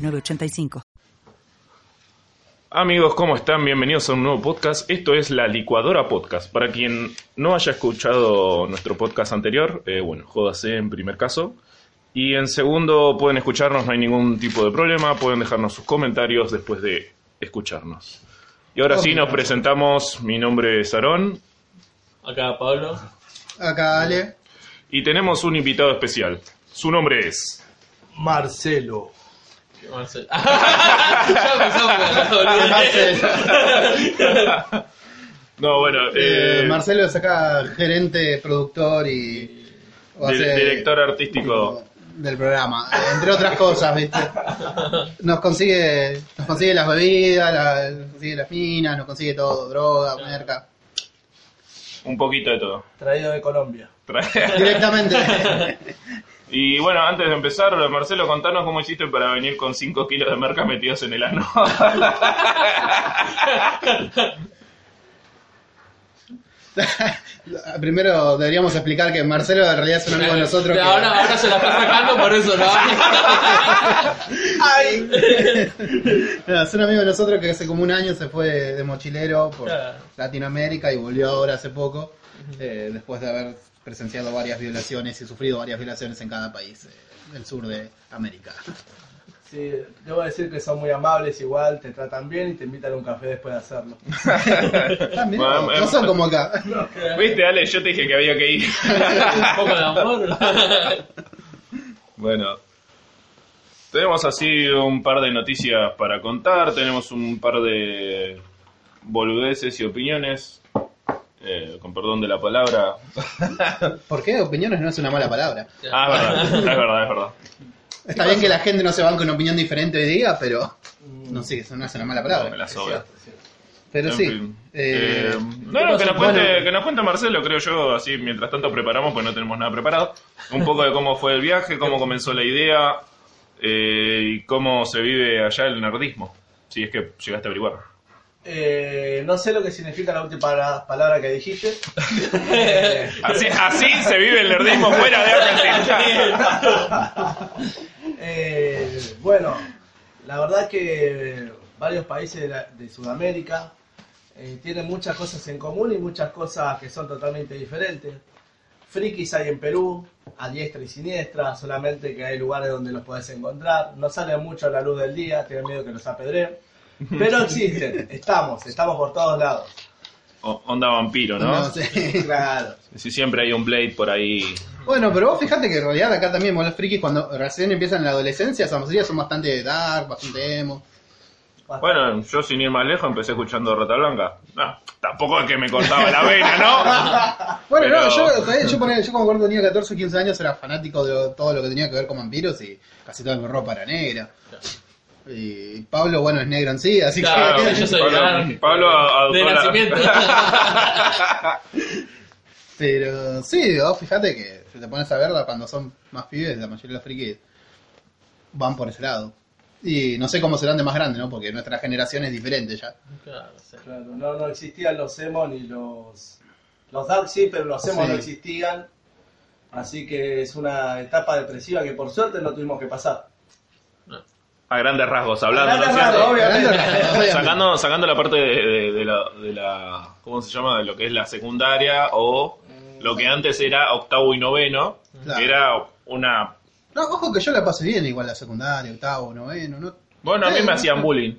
985. Amigos, ¿cómo están? Bienvenidos a un nuevo podcast. Esto es La Licuadora Podcast. Para quien no haya escuchado nuestro podcast anterior, eh, bueno, jódase en primer caso. Y en segundo, pueden escucharnos, no hay ningún tipo de problema. Pueden dejarnos sus comentarios después de escucharnos. Y ahora sí, nos presentamos. Mi nombre es Aarón. Acá Pablo. Acá Ale. Y tenemos un invitado especial. Su nombre es. Marcelo. Marcel. ya empezamos con la Ah, Eh, Eh. Marcelo. No, bueno. Eh, eh, Marcelo es acá gerente, productor y. o di- hace- director artístico. Del programa, eh, entre otras cosas, ¿viste? Nos consigue, nos consigue las bebidas, la- nos consigue las minas, nos consigue todo, droga, merca. Un poquito de todo. Traído de Colombia. Directamente. Y bueno, antes de empezar, Marcelo, contanos cómo hiciste para venir con 5 kilos de merca metidos en el ano. Primero deberíamos explicar que Marcelo en realidad es un amigo de nosotros. De que- ahora, ahora se la está sacando por eso, ¿no? No, es un amigo de nosotros que hace como un año se fue de, de mochilero por Claro. Latinoamérica y volvió ahora hace poco, eh, después de haber presenciado varias violaciones y sufrido varias violaciones en cada país eh, del sur de América. Sí, debo decir que son muy amables, igual te tratan bien y te invitan a un café después de hacerlo. Ah, mirá, Bueno, no eh, son como acá. ¿Viste, Ale? Yo te dije que había que ir. Un poco de amor. Bueno. Tenemos así un par de noticias para contar, tenemos un par de boludeces y opiniones, eh, con perdón de la palabra. ¿Por qué opiniones no es una mala palabra? Ah, es verdad, es verdad, es verdad. Está bien que la gente no se banque una opinión diferente hoy día, pero no sí, eso no es una mala Me palabra. la sobra. Pero En sí. fin. eh, Eh, no, no, que nos, cuente, que nos cuente Marcelo, creo yo, así mientras tanto preparamos, pues no tenemos nada preparado. Un poco de cómo fue el viaje, cómo comenzó la idea eh, y cómo se vive allá el nerdismo, si es que llegaste a averiguar. Eh, no sé lo que significa la última pala- palabra que dijiste. Eh, Así, así se vive el nerdismo fuera de Argentina. eh, bueno, la verdad que varios países de, la- de Sudamérica eh, tienen muchas cosas en común y muchas cosas que son totalmente diferentes. Frikis hay en Perú, a diestra y siniestra, solamente que hay lugares donde los podés encontrar. No salen mucho a la luz del día, tengo miedo que los apedreen. Pero existen, estamos, estamos por todos lados. O- onda vampiro, ¿no? no sé. Claro. Si siempre hay un Blade por ahí. Bueno, pero vos fijate que en realidad acá también los frikis cuando recién empiezan la adolescencia, esa mayoría son bastante dark, bastante emo. Bueno, yo sin ir más lejos empecé escuchando Rata Blanca. No, tampoco es que me cortaba la vena, ¿no? Bueno, Pero- no, yo, eh, yo, yo, ponía- yo como cuando tenía 14 o 15 años era fanático de lo- todo lo que tenía que ver con vampiros y casi toda mi ropa era negra. Y Pablo, bueno, es negro en sí, así Claro, que... yo soy Pablo, Dark. Pablo adoptó De la- nacimiento. Pero sí, vos fijate que si te pones a verla cuando son más pibes, la mayoría de los frikis van por ese lado. Y no sé cómo serán de más grande, ¿no? Porque nuestra generación es diferente ya. Claro, sí. Claro, no, no existían los emo ni los... Los dark sí, pero los emo Sí. no existían. Así que es una etapa depresiva que por suerte no tuvimos que pasar. A grandes rasgos, hablando, ¿no es Grandes cierto? rasgos, obviamente. Sacando, sacando la parte de, de- de la, de la- ¿Cómo se llama? De lo que es la secundaria o lo que antes era octavo y noveno, Claro. que era una. No, ojo que yo la pasé bien, igual la secundaria, octavo, noveno, ¿no? Bueno, a mí Sí, me hacían no. bullying.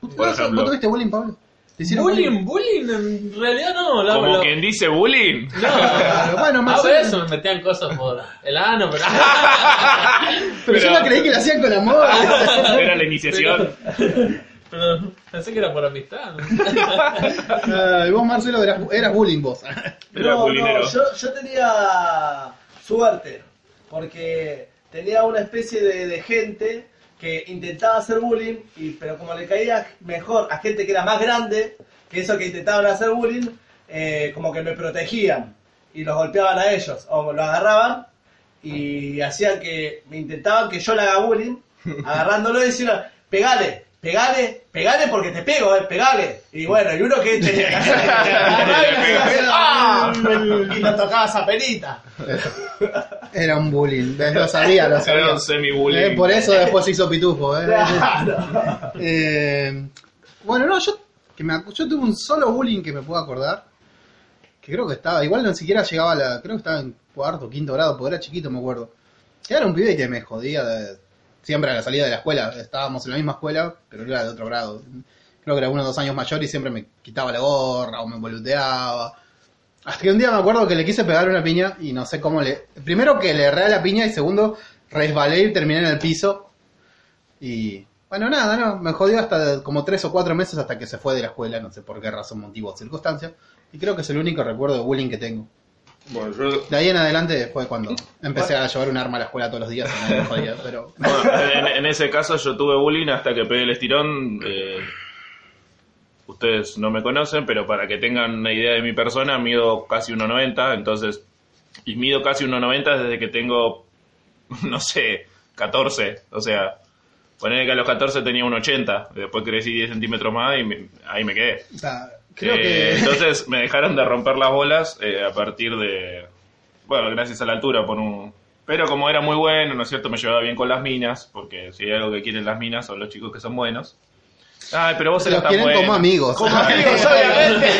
¿Vos, Por ejemplo. ¿vos tuviste bullying, Pablo? ¿Te hicieron Bullying, bullying, en realidad no. La, Como lo- quien dice bullying. Claro, bueno, A más o veces menos. me metían cosas por el ano, pero. Pero yo Pero- no creí que lo hacían con amor. Era la iniciación. pero pensé que era por amistad. ¿no? Ah, y vos, Marcelo, eras, eras bullying vos. Era no, bulinero. no, yo, yo tenía suerte, porque tenía una especie de, de gente que intentaba hacer bullying, y, pero como le caía mejor a gente que era más grande que eso que intentaban hacer bullying, eh, como que me protegían y los golpeaban a ellos o lo agarraban y hacían que me intentaban que yo le haga bullying agarrándolo y diciendo pegale pegale pegale porque te pego eh, pegale y bueno y uno que tenía que hacer, agarraba y le hacía, ¡ah! y lo tocabas a penita Era un bullying, ¿ves? lo sabía, lo sabía. Era un semi-bullying. Eh, Por eso después se hizo pitufo. ¿eh? Claro. Eh, bueno, no, yo, que me, acu- yo tuve un solo bullying que me puedo acordar. Que creo que estaba, igual no siquiera llegaba a la. Creo que estaba en cuarto, quinto grado, porque era chiquito, me acuerdo. Que era un pibe que me jodía de- siempre a la salida de la escuela. Estábamos en la misma escuela, pero era de otro grado. Creo que era uno o dos años mayor y siempre me quitaba la gorra o me boluteaba. Hasta que un día me acuerdo que le quise pegar una piña y no sé cómo le. Primero que le erré a la piña y segundo, resbalé y terminé en el piso. Y. Bueno, nada, no. Me jodió hasta como tres o cuatro meses hasta que se fue de la escuela, no sé por qué razón, motivo o circunstancia. Y creo que es el único recuerdo de bullying que tengo. Bueno, yo- De ahí en adelante fue cuando empecé a llevar un arma a la escuela todos los días y nadie me jodía, pero. bueno, en, en ese caso yo tuve bullying hasta que pegué el estirón. eh, ustedes no me conocen, pero para que tengan una idea de mi persona, mido casi 1,90, entonces... Y mido casi 1,90 desde que tengo, no sé, 14. O sea, poner que a los 14 tenía 1,80, después crecí 10 centímetros más y me- ahí me quedé. O sea, creo Eh, que. Entonces me dejaron de romper las bolas eh, a partir de. Bueno, gracias a la altura, por un. Pero como era muy bueno, ¿no es cierto? Me llevaba bien con las minas, porque si hay algo que quieren las minas son los chicos que son buenos. Ay, pero vos Se eras los tan quieren bueno. como amigos. Como amigos, Pues obviamente.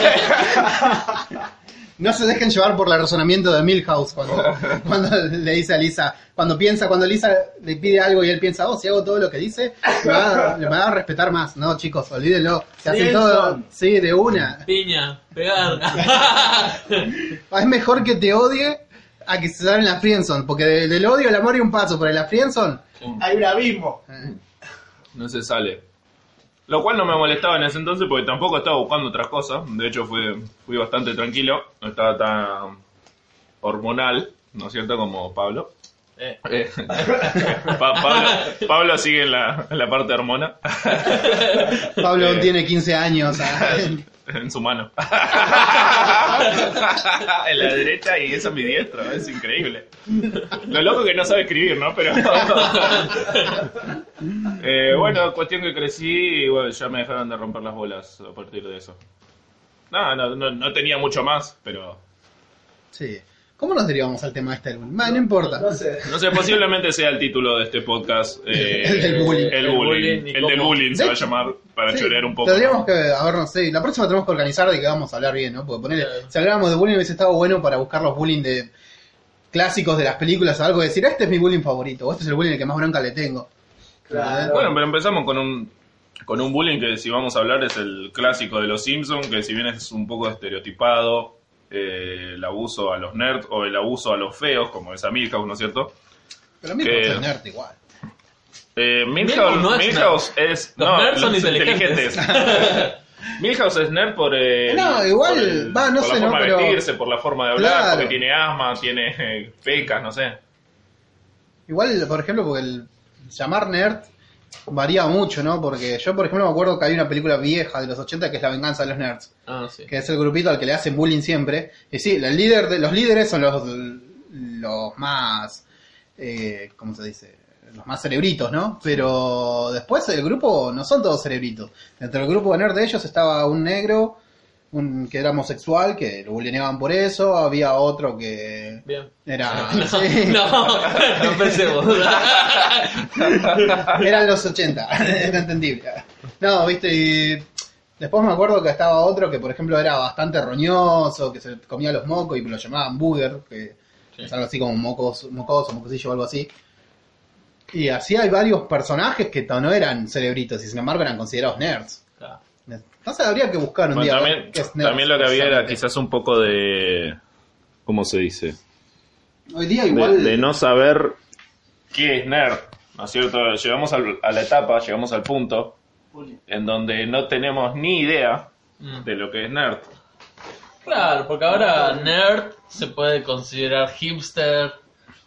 No se dejen llevar por el razonamiento de Milhouse cuando, cuando le dice a Lisa, cuando piensa, cuando Lisa le pide algo y él piensa, oh, si hago todo lo que dice, me va, me va a respetar más. No, chicos, olvídenlo. Se hace Nelson. todo, sí, de una. Piña, pegar. Es mejor que te odie a que se salga en la Friendzone, porque de- del odio al amor y un paso, pero en la Friendzone, hay un abismo eh, No se sale. Lo cual no me molestaba en ese entonces porque tampoco estaba buscando otras cosas. De hecho, fui, fui bastante tranquilo. No estaba tan hormonal, ¿no es cierto? Como Pablo. Eh. Eh, Pa- Pablo, Pablo sigue en la, en la parte hormona, Pablo Eh. tiene 15 años. ah. en su mano. en la derecha y esa es mi diestra, es increíble. Lo loco que no sabe escribir, ¿no? Pero... Eh, bueno, cuestión que crecí y bueno, ya me dejaron de romper las bolas a partir de eso. No, no, no, no tenía mucho más, pero... Sí. ¿Cómo nos derivamos al tema este del bullying? Bah, no importa. no sé No sé, posiblemente sea el título de este podcast. eh, El del bullying. El El bullying. bullying y El del cómo- bullying se De va a hecho, llamar para Sí, chorear un poco. Tendríamos ¿no? que, a ver, no sé, la próxima tenemos que organizar de que vamos a hablar bien, ¿no? Porque ponele, si habláramos de bullying hubiese estado bueno para buscar los bullying de clásicos de las películas o algo, decir, este es mi bullying favorito, o este es el bullying el que más bronca le tengo. claro Bueno, pero empezamos con un con un bullying que si vamos a hablar es el clásico de los Simpsons, que si bien es un poco estereotipado, eh, el abuso a los nerds o el abuso a los feos, como es a Milhouse, ¿no es cierto? Pero a mí Que- me gusta nerd igual. Eh, Milhouse, Milhouse no es Milhouse es... Los nerds son inteligentes. Milhouse es nerd por... eh, No, igual, por el- va, no por sé, la no, forma de pero- vestirse, por la forma de hablar, Claro. porque tiene asma, tiene eh, pecas, no sé. Igual, por ejemplo, porque el llamar nerd varía mucho, ¿no? Porque yo, por ejemplo, me acuerdo que hay una película vieja de los 80 que es La venganza de los nerds. Ah, sí. que es el grupito al que le hacen bullying siempre. Y sí, el líder de, los líderes son los, los más, eh, ¿cómo se dice? Los más cerebritos, ¿no? Pero después el grupo no son todos cerebritos. Dentro del grupo de nerd de ellos estaba un negro, un que era homosexual, que lo bullyingaban por eso, había otro que Bien. era... No, sí, no, no pensemos. Eran los 80, era entendible. No, viste, y después me acuerdo que estaba otro que, por ejemplo, era bastante roñoso, que se comía los mocos y lo llamaban booger, que Sí. es algo así como mocos, mocoso, mocosillo o algo así. Y así hay varios personajes que to- no eran cerebritos y sin embargo eran considerados nerds. Claro. Entonces habría que buscar un Bueno, día. también, qué es nerd también lo que había era exactamente. quizás un poco de... ¿Cómo se dice? Hoy día de- igual. de, no saber qué es nerd, ¿no es cierto? Llegamos al- a la etapa, llegamos al punto en donde no tenemos ni idea Mm. de lo que es nerd. Claro, porque ahora nerd se puede considerar hipster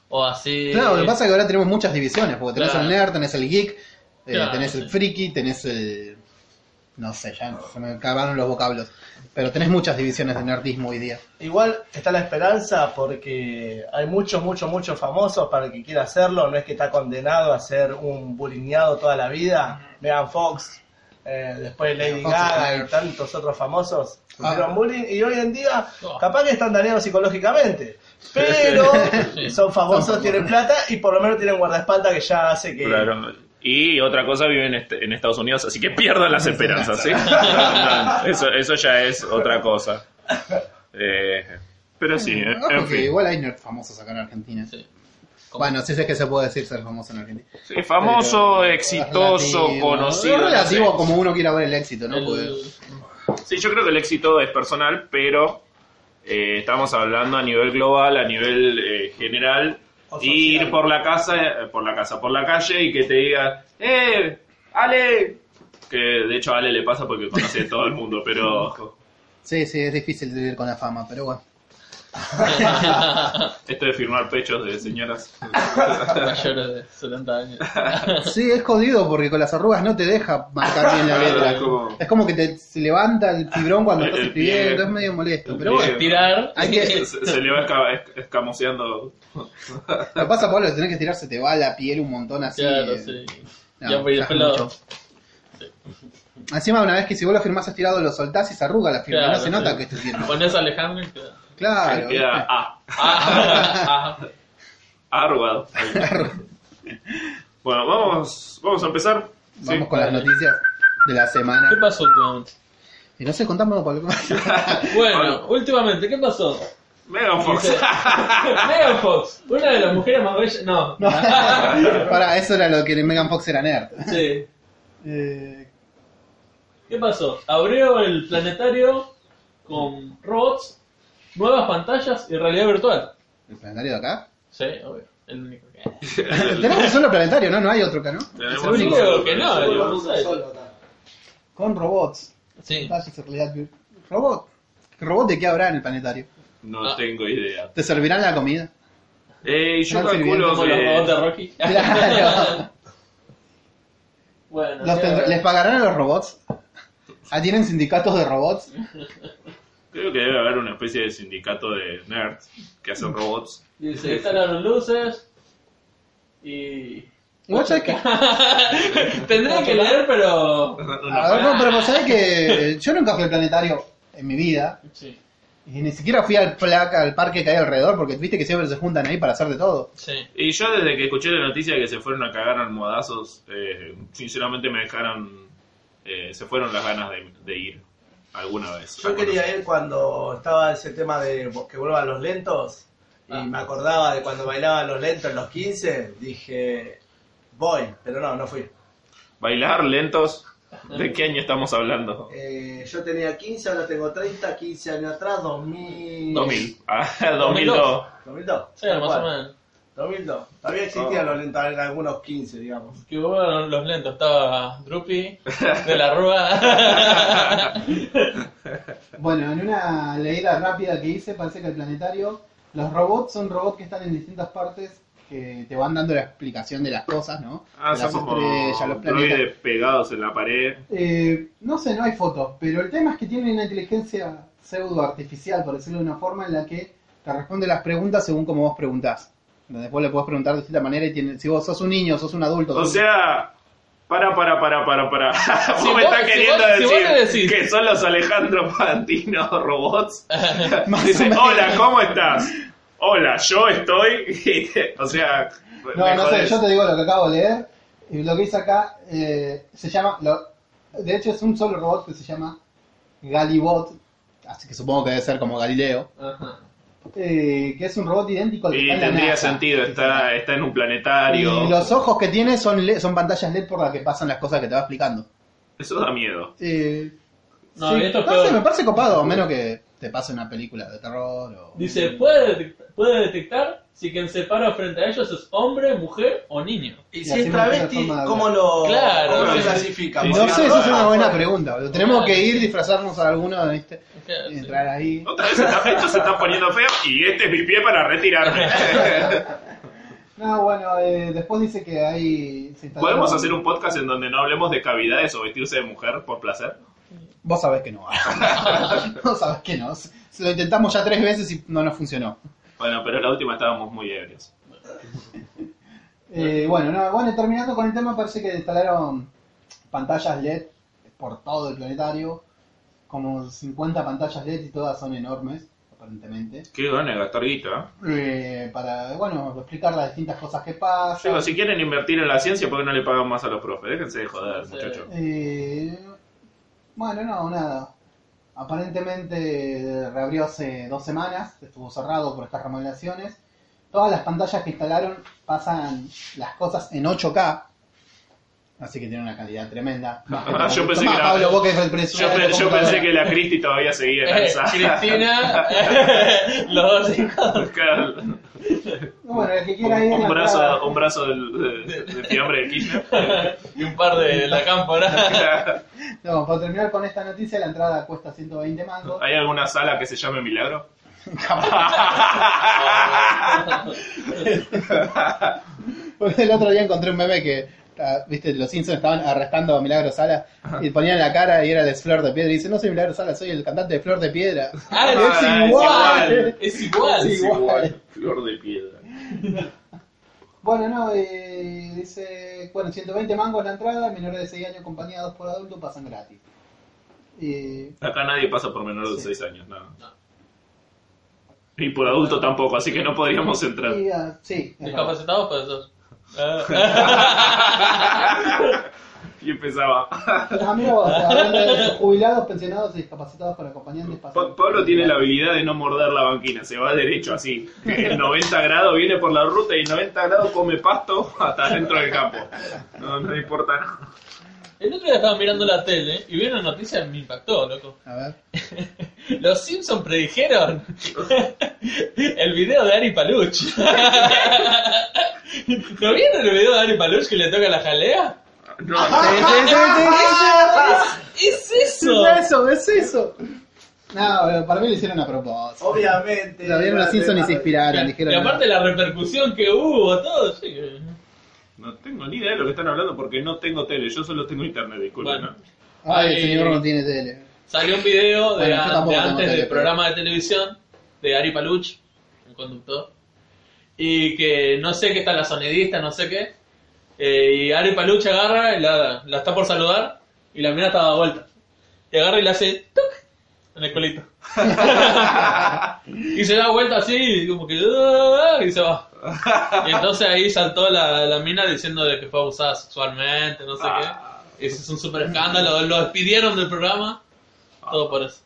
o así. Claro, lo que pasa es que ahora tenemos muchas divisiones, porque tenés Eh, Claro. el nerd, tenés el geek, Eh, Claro, tenés sí. el friki, tenés el. No sé, ya se me acabaron los vocablos. Pero tenés muchas divisiones de nerdismo hoy día. Igual está la esperanza porque hay muchos, muchos, muchos famosos para el que quiera hacerlo. No es que está condenado a ser un bulineado toda la vida. Megan Fox, eh, después Lady Megan Fox, Gaga claro. y tantos otros famosos sufrieron Ah. bullying. Y hoy en día, Oh. capaz que están dañados psicológicamente. Pero Sí. son Son famosos, famosos. tienen plata y por lo menos tienen guardaespaldas que ya hace que. Claro. Y otra cosa, viven en, est- en Estados Unidos, así que pierdan las esperanzas, ¿sí? eso, eso ya es otra cosa. Eh, pero sí, eh, Ojo en que fin. igual hay nerds famosos acá en Argentina. Sí. Bueno, si es que se puede decir ser famoso en Argentina. Sí, famoso, Pero- exitoso, relativo. conocido. Es no relativo sé. a como uno quiera ver el éxito, ¿no? El- Porque- Sí, yo creo que el éxito es personal, pero eh, estamos hablando a nivel global, a nivel eh, general, O social. y ir por la casa, eh, por la casa, por la calle y que te diga, ¡eh! ¡Ale! Que de hecho a Ale le pasa porque conoce a todo el mundo, pero Sí, sí, es difícil vivir con la fama, pero bueno. esto de firmar pechos de señoras. Mayores de 70 años. Sí, es jodido porque con las arrugas no te deja marcar bien la letra. Es como- Es como que te se levanta el fibrón cuando El- estás el pie. escribiendo, es medio molesto. El Pero pie. bueno, Tirar. Hay que- Se, se le va esca- es- escamoseando. lo que pasa, Pablo, que tenés que tirar, se te va la piel un montón así. Claro, eh, sí. no, ya voy ya después es lo. mucho. Encima, una vez que si vos lo firmás estirado, lo soltás y se arruga la firma. Claro, no se nota sí. que estés bien. Pones a Alejandro y queda. Claro. se queda ah, Ah, ah, arrugado. Bueno, vamos, vamos a empezar. ¿sí? Vamos con las noticias de la semana. ¿Qué pasó últimamente? Y no sé, contame Pablo. Bueno, Bueno. últimamente, ¿qué pasó? Megan Fox. Dice- Megan Fox, una de las mujeres más bellas. No, No. Para, eso era lo que Megan Fox era nerd. sí. eh, ¿Qué pasó? Abrió el planetario con robots, nuevas pantallas y realidad virtual. ¿El planetario de acá? Sí, obvio. El único que. Tenemos un solo planetario, ¿no? No hay otro acá, ¿no? Tenemos Es el único otro, que pero no, es el digo. único. Con robots. Sí. Pantallas en realidad vir- Robot. ¿Qué ¿Robot de qué habrá en el planetario? No Ah. tengo idea. ¿Te servirán la comida? Eh, y yo No, calculo Como los robots de que. Rocky. Claro. bueno, Los sí, tendrá- bueno. ¿Les pagarán a los robots? ¿Ah, tienen sindicatos de robots? Creo que debe haber una especie de sindicato de nerds que hacen robots. Eh, Y se instalaron luces. Y. Igual sabes que... Tendría que leer, pero. A ver, no, pero vos sabés que yo nunca fui al planetario en mi vida. Sí, Y ni siquiera fui al, placa, al parque que hay alrededor, porque viste que siempre se juntan ahí para hacer de todo. sí. Y yo desde que escuché la noticia de que se fueron a cagar almohadazos, eh, sinceramente me dejaron, eh, se fueron las ganas de, de ir alguna vez. Yo quería ir cuando estaba ese tema de que vuelvan los lentos y Ah. me acordaba de cuando bailaban los lentos en los 15, dije, voy, pero no, no fui. Bailar lentos, ¿de qué año estamos hablando? Eh, yo tenía 15, ahora tengo 30, 15 años atrás, 2000... 2000, ah, 2002. 2002. Sí, más o Bueno, menos. 2002. Todavía existían los lentos en algunos 15, digamos. Que hubo los lentos, estaba Drupi, de la Rúa. Bueno, en una leída rápida que hice, parece que el planetario, los robots son robots que están en distintas partes que te van dando la explicación de las cosas, ¿no? Ah, de las son como estrellas, los droides planetas. pegados en la pared. Eh, no sé, no hay fotos, pero el tema es que tienen una inteligencia pseudo artificial, por decirlo de una forma, en la que te responde las preguntas según como vos preguntás. Después le podés preguntar de cierta manera y tiene, si vos sos un niño, sos un adulto. O sos- sea, para, para, para, para, para. vos Si me vos- estás si queriendo vos- si decir vos le decís- que son los Alejandro Pantino robots. Más o Dice, menos. hola, ¿cómo estás? Hola, yo estoy. y te- o sea, No, me no sé, jodés. yo te digo lo que acabo de leer. Y lo que dice acá eh, se llama. lo- de hecho, es un solo robot que se llama Galibot. Así que supongo que debe ser como Galileo. Ajá. eh, que es un robot idéntico al que Y está en la tendría NASA. sentido, está, está en un Y planetario. los ojos que tiene son, le- son pantallas LED por las que pasan las cosas que te va explicando. Eso da miedo. Eh, No, sí, y esto es no peor. sé, me parece copado, a menos que te pase una película de terror o. Dice, puede detectar, puede detectar si quien se para frente a ellos es hombre, mujer o niño. Y Y si así es me parece travesti, forma de ¿cómo lo Claro, cómo sí, lo sí. clasifican? Sí, No Porque sé, la esa es una ropa, buena bueno, pregunta. boludo. Tenemos que ir disfrazarnos a alguno, ¿viste? Claro, Y sí. entrar ahí. Otra vez se está- esto se está poniendo feo y este es mi pie para retirarme. No, bueno, eh, después dice que hay... se instalaron- ¿Podemos hacer un podcast en donde no hablemos de cavidades o vestirse de mujer por placer? Vos sabés que no. Vos sabés que no. Se se lo intentamos ya tres veces y no nos funcionó. Bueno, pero la última estábamos muy ebrios. Eh, bueno, no, bueno, terminando con el tema, parece que instalaron pantallas LED por todo el planetario. Como 50 pantallas LED y todas son enormes, aparentemente. Qué gana de gastar guita. Eh, para, bueno, explicar las distintas cosas que ¿eh? Digo, pasan. si quieren invertir en la ciencia, ¿por qué no le pagan más a los profes? Déjense de joder, muchachos. Eh, bueno, no, nada. Aparentemente reabrió hace dos semanas, estuvo cerrado por estas remodelaciones. Todas las pantallas que instalaron pasan las cosas en 8K, así que tiene una calidad tremenda. Más que- Ah, Yo pensé Tomá, que era- Pablo, vos que sos el Yo, presidente de pe- la yo computadora. pensé que la Cristi todavía seguía en Eh, alza. Cristina, los dos hijos. Claro. Bueno, el que un, quiera ir. un la entrada- brazo, un brazo del, de, de fiambre de Kirchner. Y un par de la cámpora. No, para terminar con esta noticia, la entrada cuesta 120 mangos. ¿Hay alguna sala que se llame Milagro? Ah, Porque el otro día encontré un meme que, ah, viste, los Simpsons estaban arrastrando a Milagro Sala y ponían la cara y era de Flor de Piedra. Y dice, no soy Milagro Sala, soy el cantante de Flor de Piedra. Ah, es, ah, es igual. igual. Es igual. Sí. Igual. Flor de piedra. Bueno, no, eh, dice, bueno, 120 mangos la entrada, menores de 6 años acompañados por adultos pasan gratis. Y, Acá nadie pasa por menor de Sí. 6 años, nada. Y por adulto tampoco, así que no podríamos entrar. y, ah, sí, es verdad. Discapacitados para eso. Ah, Y empezaba. Ah, mira vos, hablando de jubilados, pensionados y discapacitados con acompañantes Pa- pasan Pablo tiene la habilidad de no morder la banquina, se va derecho así. El 90 grados viene por la ruta y el 90 grados come pasto hasta dentro del campo. No, no importa nada. El otro día estaba mirando la tele y vi una noticia que me impactó, loco. A ver. Los Simpsons predijeron el video de Ari Paluch. ¿No vieron el video de Ari Paluch que le toca la jalea? No, ¡Es eso! Ah. Es eso, es eso. No, pero para mí lo hicieron a propósito. Obviamente. Lo vieron los Simpsons eh, y se inspiraron. Y Dijeron, aparte la repercusión que hubo, todo, sí. no tengo ni idea de lo que están hablando porque no tengo tele, yo solo tengo internet, disculpen. Bueno. ¿no? Ay, el Ay. señor no tiene tele. Salió un video de, Bueno, yo an- tampoco de tengo antes tele, del pero- programa de televisión de Ari Paluch, un conductor, y que no sé qué está la sonidista, no sé qué, eh, y Ari Paluch agarra, y la, la está por saludar, y la mina está dada vuelta. Y agarra y le hace ¡tuc! en el colito. y se da vuelta así, y como que "Ah", y se va. Y entonces ahí saltó la, la mina diciendo de que fue abusada sexualmente, no sé qué. Ese es un super escándalo, lo despidieron del programa. Todo por eso.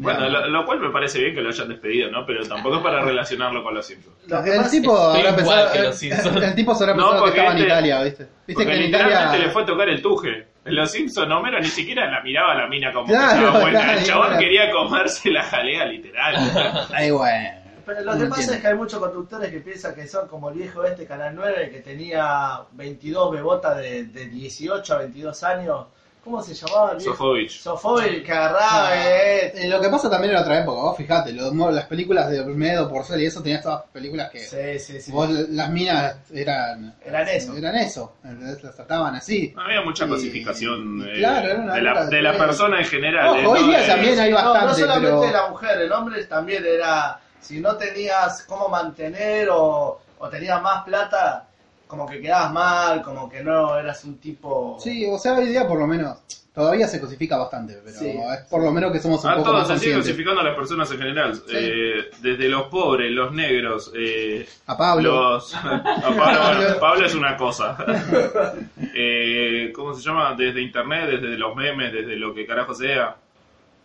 Bueno, lo, lo cual me parece bien que lo hayan despedido, ¿no? Pero tampoco es para relacionarlo con los Simpsons. Lo que El pasa- tipo estoy habrá igual pensado, que los Simpsons. el tipo se habrá No, pensado que porque estaba en este- Italia, ¿viste? Viste que Porque en literalmente le Italia fue a tocar el tuje. En Los Simpsons Homero ni siquiera la miraba a la mina como Claro, que estaba buena. claro, el chabón claro. quería comerse la jalea literal. Ay, bueno. Pero lo No que entiendo. pasa es que hay muchos conductores que piensan que son como el viejo este Canal 9 que tenía 22 bebotas de, de 18 a 22 años. ¿Cómo se llamaba el viejo? Sofovich. Sofovich, que agarraba, eh, Eh, Lo que pasa también en otra época, vos fijate, los- las películas de Olmedo, Porcel y eso tenías todas películas que Sí, sí, sí. vos las minas eran Eran eso. Eran eso, ¿entendés? las trataban así. Había mucha Y- clasificación eh, claro, era una de, la, época de la de- persona en general. Ojo, eh, hoy ¿no? día De- también hay No, no, bastante, solamente pero... la mujer, el hombre también era. Si no tenías cómo mantener o, o tenías más plata, como que quedabas mal, como que no eras un tipo. Sí, o sea, hoy día por lo menos todavía se cosifica bastante, pero Sí. es por lo menos que somos un Ah, poco todo más se sigue conscientes. clasificando a las personas en general. Eh, desde los pobres, los negros, eh, A Pablo. los... a Pablo, bueno, Pablo es una cosa. Eh, ¿Cómo se llama? Desde internet, desde los memes, desde lo que carajo sea.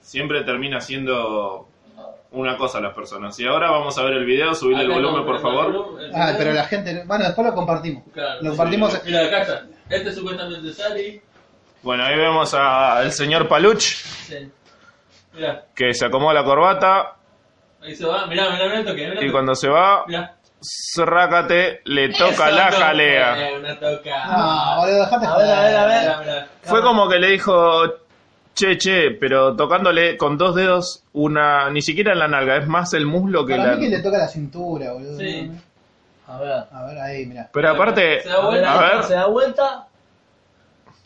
Siempre termina siendo una cosa las personas. Y ahora vamos a ver el video, subir el Acá volumen, no, por el favor. volumen, el Ah, video. pero la gente... Bueno, después lo compartimos. Claro. Lo compartimos... Mira, acá está. Este supuestamente es Ari. Bueno, ahí vemos a- al señor Paluch, Sí. Mira, que se acomoda la corbata ahí se va. Mira, mira, mira el toque. Mira, y cuando se va, mira. Zrácate le toca la jalea. Una toca. Ah, boludo, dejate A ver, a ver, a ver. Mira, mira. Fue como que le dijo, che, che, pero tocándole con dos dedos, una, ni siquiera en la nalga, es más el muslo que Para la... mí que le toca la cintura, boludo. Sí. ¿no? A ver. A ver, ahí, mirá. Pero aparte, Se da A ver, vuelta. a ver. Se da vuelta.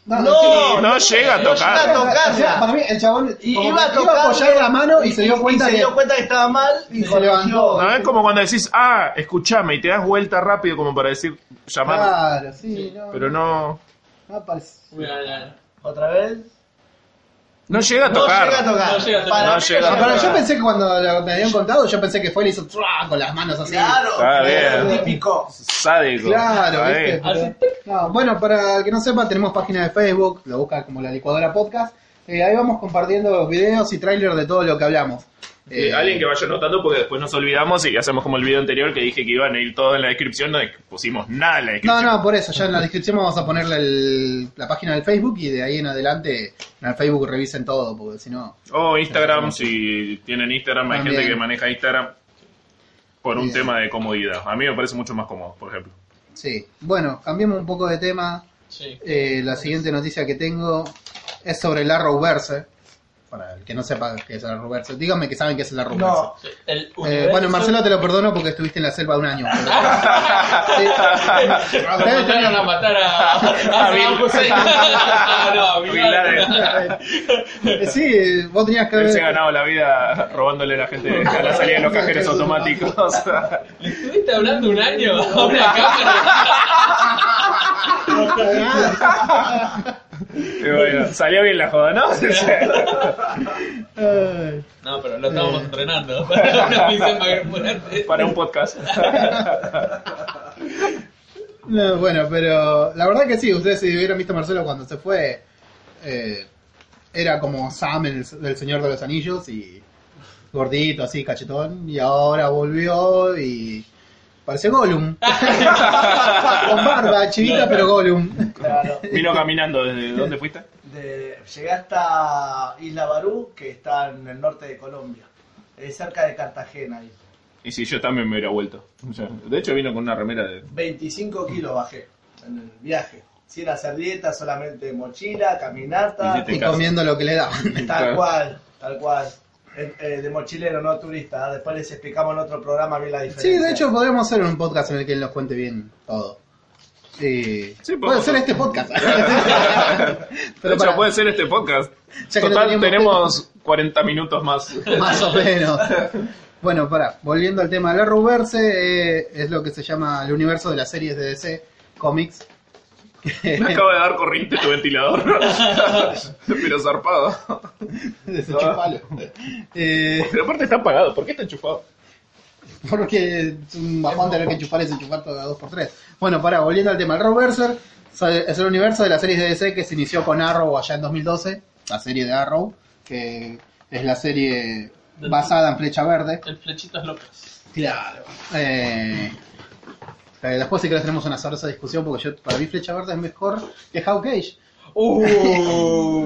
No, No, no llega a llega a tocar. tocar. Para, para mí, el chabón Y como iba a que tocar. a apoyar la mano y, se dio cuenta y se que dio cuenta que estaba mal Y y se corrigió. levantó. ¿eh? No es como cuando decís, ah, escuchame, y te das vuelta rápido como para decir, llamar. Claro, sí, no. Pero no. no aparece. Mira, la- Otra vez. No llega a No llega a tocar. tocar. No llega a tocar. Para No llega a Ah, mí llega a pero tocar. yo pensé que cuando lo- me habían contado, yo pensé que fue y le hizo ¡truah! con las manos así. Claro. Ah, era bien. Típico. Sádico. Claro, Ahí. ¿viste? Pero- Así. No, bueno, para el que no sepa, tenemos página de Facebook, lo busca como la licuadora podcast. Eh, ahí vamos compartiendo videos y trailers de todo lo que hablamos. Eh, Eh, alguien que vaya notando porque después nos olvidamos y hacemos como el video anterior que dije que iban a ir todo en la descripción, no pusimos nada en la No, descripción. no, por eso, ya en la descripción vamos a ponerle el- la página del Facebook y de ahí en adelante en el Facebook revisen todo, porque si no... O Oh, Instagram, si tienen Instagram, hay También. gente que maneja Instagram por un Bien. tema de comodidad. A mí me parece mucho más cómodo, por ejemplo. Sí, bueno, cambiemos un poco de tema. Sí. Eh, la siguiente noticia que tengo es sobre el Arrowverse. Para el que no sepa qué es el Arrowverse, díganme que saben qué es el Arrowverse. No. Sí. El Eh, bueno, universo- Marcelo te lo perdono porque estuviste en la selva un año. pero- Sí. Cuando entraron a matar a, a, A Bin- Saddam Hussein. Ah, no, a Bin Bin Laden. Eh, Sí, eh, vos tenías que Él se ha haber... ganado la vida robándole a la gente a la salida de los cajeros automáticos. ¿Le estuviste hablando un año a una cámara? Y bueno, salió bien la joda, ¿no? Ay. No, pero lo estábamos entrenando para una misión más grande. Para un podcast. No, bueno, pero la verdad que sí, ustedes si hubieran visto a Marcelo cuando se fue, eh, era como Sam en el- del Señor de los Anillos y gordito, así, cachetón, y ahora volvió y parece Gollum. Con barba, chivita, pero Gollum. Claro. Vino caminando desde dónde fuiste? De- llegué hasta Isla Barú, que está en el norte de Colombia, eh, cerca de Cartagena. ahí. Y si yo también me hubiera vuelto. O sea, De hecho vino con una remera de 25 kilos bajé en el viaje. Sin hacer dieta, solamente mochila, caminata, Hiciste Y comiendo lo que le daban. tal cual, tal cual. Eh, eh, de mochilero, no turista. ¿eh? Después les explicamos en otro programa bien la diferencia. Sí, de hecho podríamos hacer un podcast en el que él nos cuente bien todo. Sí. Sí, puede podemos. ser este podcast. Pero para- puede ser este podcast. Ya que no Total, teníamos tenemos 40 minutos más. Más o menos. Bueno, pará, volviendo al tema del Arrowverse, eh, es lo que se llama el universo de las series de DC Comics. Me acaba de dar corriente tu ventilador. Pero zarpado. Desenchufalo. Eh, Pero aparte está apagado. ¿Por qué está enchufado? porque es un bajón tener que enchufar y desenchufar todo a 2x3. Bueno, pará, volviendo al tema del Arrowverse, es el universo de las series de DC que se inició con Arrow allá en 2012, la serie de Arrow, que es la serie basada en Flecha Verde. El flechitas locas. Claro. Eh, eh, después sí que tenemos una sabrosa discusión porque yo para mí Flecha Verde es mejor que Hawkeye. Uh.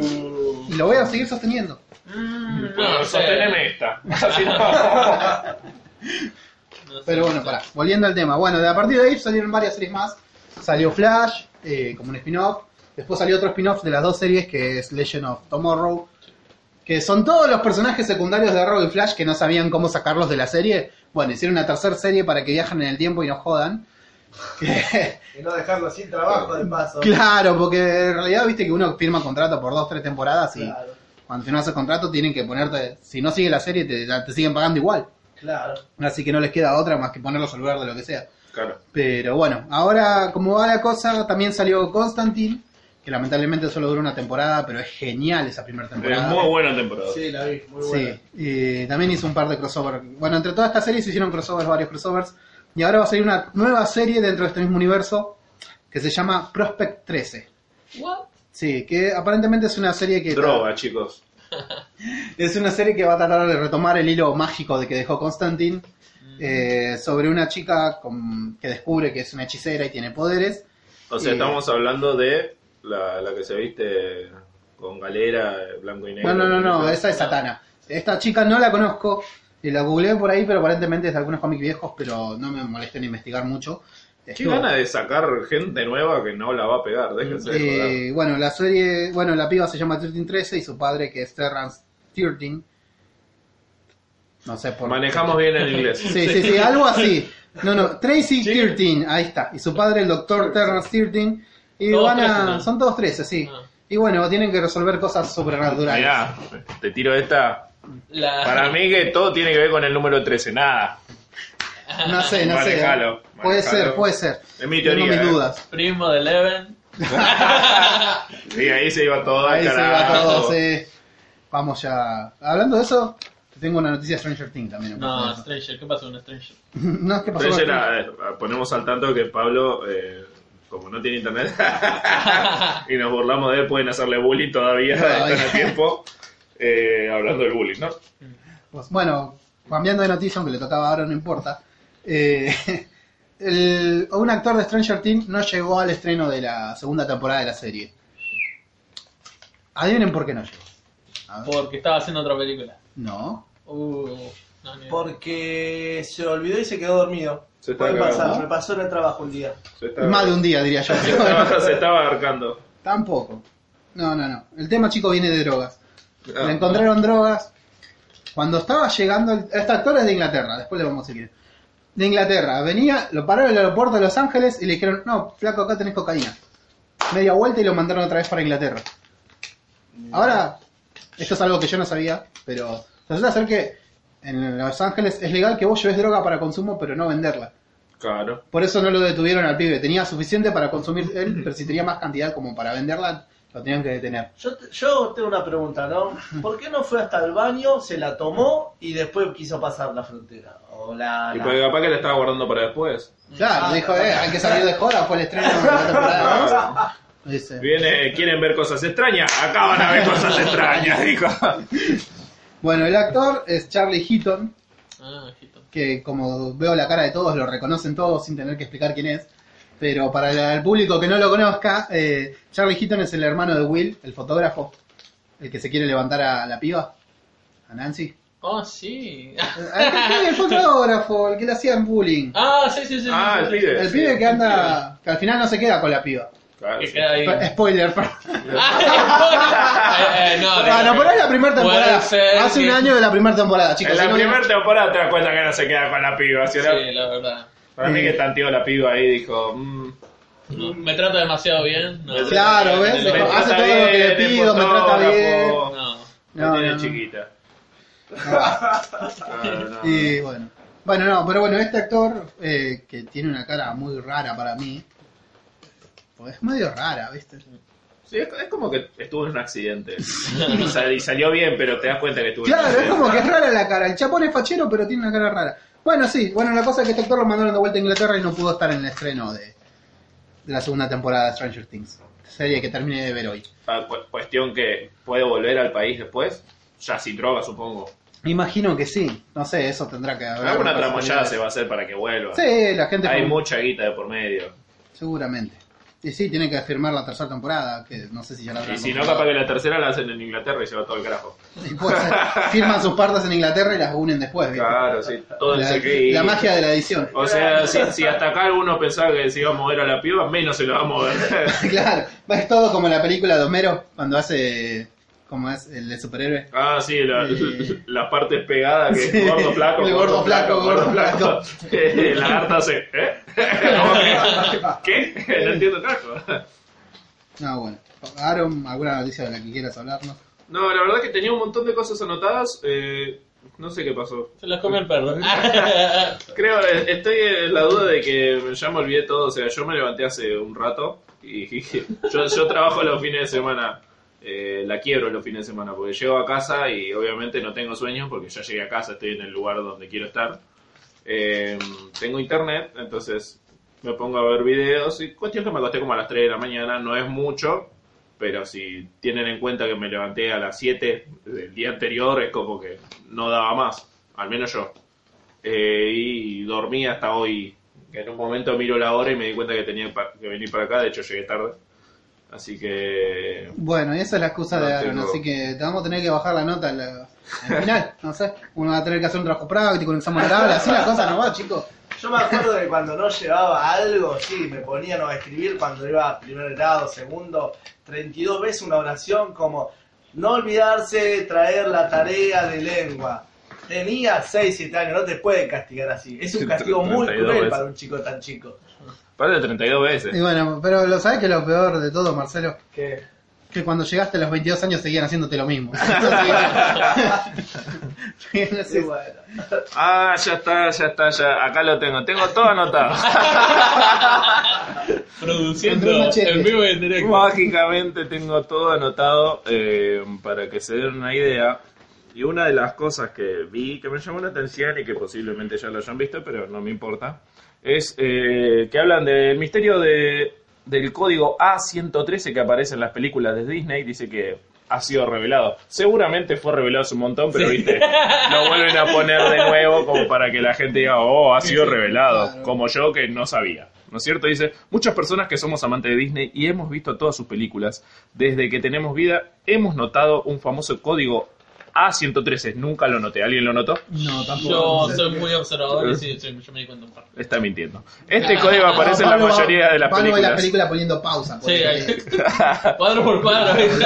Y lo voy a seguir sosteniendo. Mm, Bueno, no sé. sosteneme esta. Así no. No sé. Pero bueno, pará, volviendo al tema. Bueno, de a partir de ahí salieron varias series más. Salió Flash, eh, como un spin-off. Después salió otro spin-off de las dos series que es Legend of Tomorrow. Que son todos los personajes secundarios de Arrow y Flash que no sabían cómo sacarlos de la serie. Bueno, hicieron una tercera serie para que viajen en el tiempo y no jodan. Y no dejarlo sin trabajo de paso. Claro, porque en realidad viste que uno firma contrato por dos, tres temporadas y Claro, cuando firmas el contrato tienen que ponerte, si no sigue la serie te, te siguen pagando igual. claro. Así que no les queda otra más que ponerlos al lugar de lo que sea. Claro. Pero bueno, ahora como va la cosa, también salió Constantine, que lamentablemente solo duró una temporada, pero es genial esa primera Es temporada. muy buena temporada. Sí, la vi, muy buena. Sí, y también hizo un par de crossovers. Bueno, entre todas estas series se hicieron crossovers, varios crossovers. Y ahora va a salir una nueva serie dentro de este mismo universo que se llama Prospect 13. What? Sí, que aparentemente es una serie que... Droga, chicos. Es una serie que va a tratar de retomar el hilo mágico de que dejó Constantine eh, sobre una chica con- que descubre que es una hechicera y tiene poderes. O sea, Y- estamos hablando de la, la que se viste con galera, blanco y negro. No, no, no, no, bonita. esa es Satana. Esta chica no la conozco, y la googleé por ahí, pero aparentemente es de algunos cómics viejos, pero no me molesté en investigar mucho. Qué Estuvo- gana de sacar gente nueva que no la va a pegar, déjense de joder. Eh, bueno, la serie, bueno, la piba se llama 1313 y su padre que es Terrance 13. No sé por Manejamos bien el inglés. Sí, sí, sí, algo así. No, no, Tracy Sí. Thirteen, ahí está. Y su padre, el doctor Terrence Thirteen. Y Todos van a. trece, ¿no? Son todos 13, sí. Ah. Y bueno, tienen que resolver cosas sobrenaturales. Mirá, te tiro esta. La- Para mí que todo tiene que ver con el número 13, nada. No sé, no sé. ¿eh? Manejalo, Puede manejalo. ser, puede ser. Es mi Tengo teoría, mis eh. dudas. Primo de Eleven. Y ahí se iba todo al Ahí se va carajo. todo, sí. Vamos ya. Hablando de eso, te tengo una noticia de Stranger Things también. No, aparte de eso. Stranger. ¿Qué pasó con Stranger? no es que pasó. Pero con ella era- eh, ponemos al tanto que Pablo, eh, como no tiene internet, y nos burlamos de él, pueden hacerle bullying todavía, Todavía. están a tiempo, eh, hablando del bullying, ¿no? Pues, Bueno, cambiando de noticia, aunque le tocaba ahora, no importa. Eh, el- un actor de Stranger Things no llegó al estreno de la segunda temporada de la serie. Adivinen por qué no llegó. A ver. Porque estaba haciendo otra película. No. Uh, no, ni- Porque se olvidó y se quedó dormido. Se está Puede pasar, cagando. me pasó en el trabajo un día. Se está- Más de un día, diría yo. se estaba- se estaba arcando. Tampoco. No, no, no. El tema, chico, viene de drogas. Ah. Le encontraron drogas. Cuando estaba llegando, el- este actor es de Inglaterra, después le vamos a seguir. De Inglaterra, venía, lo pararon en el aeropuerto de Los Ángeles y le dijeron, no, flaco, acá tenés cocaína. Media vuelta y lo mandaron otra vez para Inglaterra. Ahora, esto es algo que yo no sabía, pero resulta ser que en Los Ángeles es legal que vos lleves droga para consumo, pero no venderla. Claro. Por eso no lo detuvieron al pibe. Tenía suficiente para consumir él, pero si tenía más cantidad como para venderla, lo tenían que detener. Yo, te- yo tengo una pregunta, ¿no? ¿Por qué no fue hasta el baño, se la tomó y después quiso pasar la frontera? O la, Y la- porque capaz que la estaba guardando para después. Claro, Ah, dijo, eh, hay que salir de joda, fue el estreno de la temporada. dos. Dice. Viene, quieren ver cosas extrañas, acá van a ver cosas extrañas, dijo. Bueno, el actor es Charlie Heaton, Ah, ojito. que como veo la cara de todos, lo reconocen todos sin tener que explicar quién es. Pero para la- el público que no lo conozca, eh, Charlie Heaton es el hermano de Will, el fotógrafo, el que se quiere levantar a la piba, a Nancy. Oh, sí. Eh, El, el fotógrafo, el que le hacían bullying. Ah, sí, sí, sí. Ah, sí, el sí. pibe. El pibe que anda, que al final no se queda con la piba. Claro, Que sí. queda ahí. Spoiler, perdón. Ah, eh, eh, no, Bueno, no. pero es la primera temporada. Puede ser Hace que- un año de la primera temporada, chicos. En Si la no- primera temporada te das cuenta que no se queda con la piba. si era- Sí, la verdad. Para mí Sí. que tanteó la piba ahí, dijo... mm, No, me trata demasiado bien. No, Claro, no, ¿ves? no, me no, Hace trata todo lo que le bien, es pido, me trata fotógrafo, bien. No. Me No, tiene no, no. chiquita. Ah, no. Y bueno. Bueno, no, pero bueno, este actor, eh, que tiene una cara muy rara para mí, pues es medio rara, ¿viste? Sí, es, es como que estuvo en un accidente. y, sal- y salió bien, pero te das cuenta que estuvo en un Claro, es accidente. como que es rara la cara. El chapón es fachero, pero tiene una cara rara. Bueno, sí, bueno, la cosa es que este actor lo mandaron de vuelta a Inglaterra y no pudo estar en el estreno de, de la segunda temporada de Stranger Things. Serie que terminé de ver hoy. Ah, cu- cuestión que puede volver al país después. Ya sin droga, supongo. Me imagino que sí. No sé, eso tendrá que haber. Alguna tramoyada se va a hacer para que vuelva. Sí, la gente. Hay pregunta. mucha guita de por medio. Seguramente. Y sí, tiene que firmar la tercera temporada, que no sé si ya la habrán Y si no, confirmado. capaz que la tercera la hacen en Inglaterra y se va todo el carajo. Y puede ser, firman sus partes en Inglaterra y las unen después, ¿viste? Claro, sí. Todo el la, CGI. la magia de la edición. O sea, si, si hasta acá alguno pensaba que se iba a mover a la piba, menos se lo va a mover. Claro, es todo como la película de Homero cuando hace como es el de superhéroe. Ah, sí, la, Sí. la parte pegada que Sí. es gordo flaco. El gordo flaco, gordo Eh, la harta hace. ¿Eh? ¿Cómo que? ¿Qué? No entiendo carajo. No, Ah, bueno. Aaron, alguna noticia de la que quieras hablarnos. No, la verdad que tenía un montón de cosas anotadas. eh, no sé qué pasó. Se las comió el perro. Creo, eh, estoy en la duda de que ya me olvidé todo. O sea, yo me levanté hace un rato y yo, yo trabajo los fines de semana. eh, la quiebro los fines de semana porque llego a casa y obviamente no tengo sueños porque ya llegué a casa, estoy en el lugar donde quiero estar. Eh, tengo internet, entonces me pongo a ver videos y cuestión que me acosté como a las 3 de la mañana, no es mucho, pero si tienen en cuenta que me levanté a las 7 del día anterior es como que no daba más, al menos yo. Eh, y dormí hasta hoy. En un momento miro la hora y me di cuenta que tenía pa- que venir para acá, de hecho llegué tarde. Así que... Bueno, y esa es la excusa No de Aaron, tengo- así que te vamos a tener que bajar la nota al, al final, no sé. Uno va a tener que hacer un trabajo práctico, un examen oral, así la cosa no va, chicos. Yo me acuerdo de cuando no llevaba algo, sí, me ponían a escribir cuando iba a primer grado, segundo, 32 veces una oración como no olvidarse de traer la tarea de lengua, Tenía 6, 7 años, no te pueden castigar así. Es un Sí, castigo muy 32 cruel veces. para un chico tan chico. Para de 32 Y veces. bueno, pero lo sabes que lo peor de todo, Marcelo, Que que cuando llegaste a los 22 años seguían haciéndote lo mismo. Entonces, y bueno. Ah, ya está, ya está, ya. Acá lo tengo. Tengo todo anotado. Andrés Produciendo Machete. en vivo y en directo. Mágicamente tengo todo anotado eh, para que se den una idea. Y una de las cosas que vi que me llamó la atención y que posiblemente ya lo hayan visto, pero no me importa, es eh, que hablan del misterio de, del código A113 que aparece en las películas de Disney. Dice que ha sido revelado. Seguramente fue revelado hace un montón, pero viste, lo vuelven a poner de nuevo como para que la gente diga, oh, ha sido revelado, claro. como yo que no sabía. ¿No es cierto? Dice, muchas personas que somos amantes de Disney y hemos visto todas sus películas, desde que tenemos vida, hemos notado un famoso código A113. Nunca lo noté. ¿Alguien lo notó? no, tampoco. Yo No sé. soy muy observador y sí, sí, yo me di cuenta un par. Está mintiendo. Este código aparece en la Pablo va- mayoría de las Pablo ve la películas. película poniendo pausa. Sí, porque- ahí. cuadro por cuadro. ¿viste?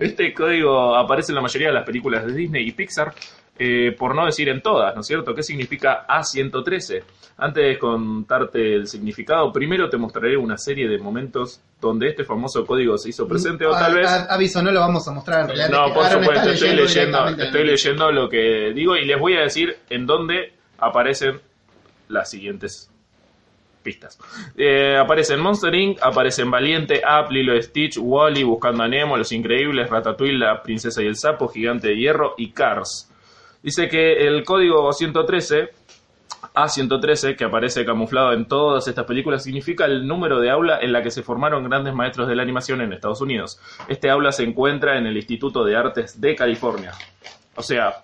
Este código aparece en la mayoría de las películas de Disney y Pixar, eh, por no decir en todas, ¿no es cierto? ¿Qué significa A113? Antes de contarte el significado, primero te mostraré una serie de momentos donde este famoso código se hizo presente o A- tal vez... a- aviso, no lo vamos a mostrar en realidad. No, por Aaron está supuesto, estoy leyendo, directamente estoy la- leyendo lo que digo y les voy a decir en dónde aparecen las siguientes pistas. Eh, aparecen Monster Inc., aparecen Valiente, Up, Lilo y Stitch, Wally, Buscando a Nemo, Los Increíbles, Ratatouille, La Princesa y el Sapo, Gigante de Hierro y Cars. Dice que el código 113 a113, que aparece camuflado en todas estas películas, significa el número de aula en la que se formaron grandes maestros de la animación en Estados Unidos. Este aula se encuentra en el Instituto de Artes de California. O sea,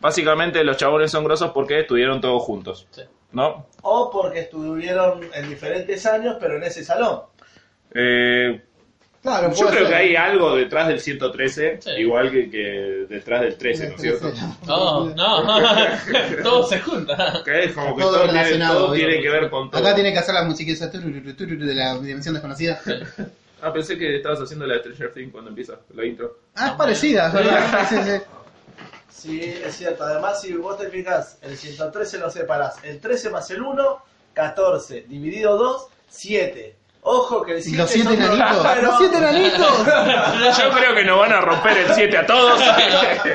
básicamente los chabones son grosos porque estuvieron todos juntos. Sí. ¿No? O porque estuvieron en diferentes años, pero en ese salón. Eh, Claro, yo puede creo ser. que hay algo detrás del 113, Sí. igual que, que detrás del 13, ¿no es cierto? No, no. Todo se junta. Que es como que Todo todo, tiene, relacionado, todo digo. tiene que ver con todo. Acá tiene que hacer la musiquita tururu, tururu, de la dimensión desconocida. Ah, pensé que estabas haciendo la de Stranger Things cuando empieza la intro. Ah, es parecida, es ¿verdad? Sí, sí, sí. Sí, es cierto. Además, si vos te fijas, el 113 lo separás. El 13 más el 1, 14. Dividido 2, 7. Ojo que el 7 Los siete son dos enanitos. números. Los siete enanitos. Yo creo que nos van a romper el 7 a todos.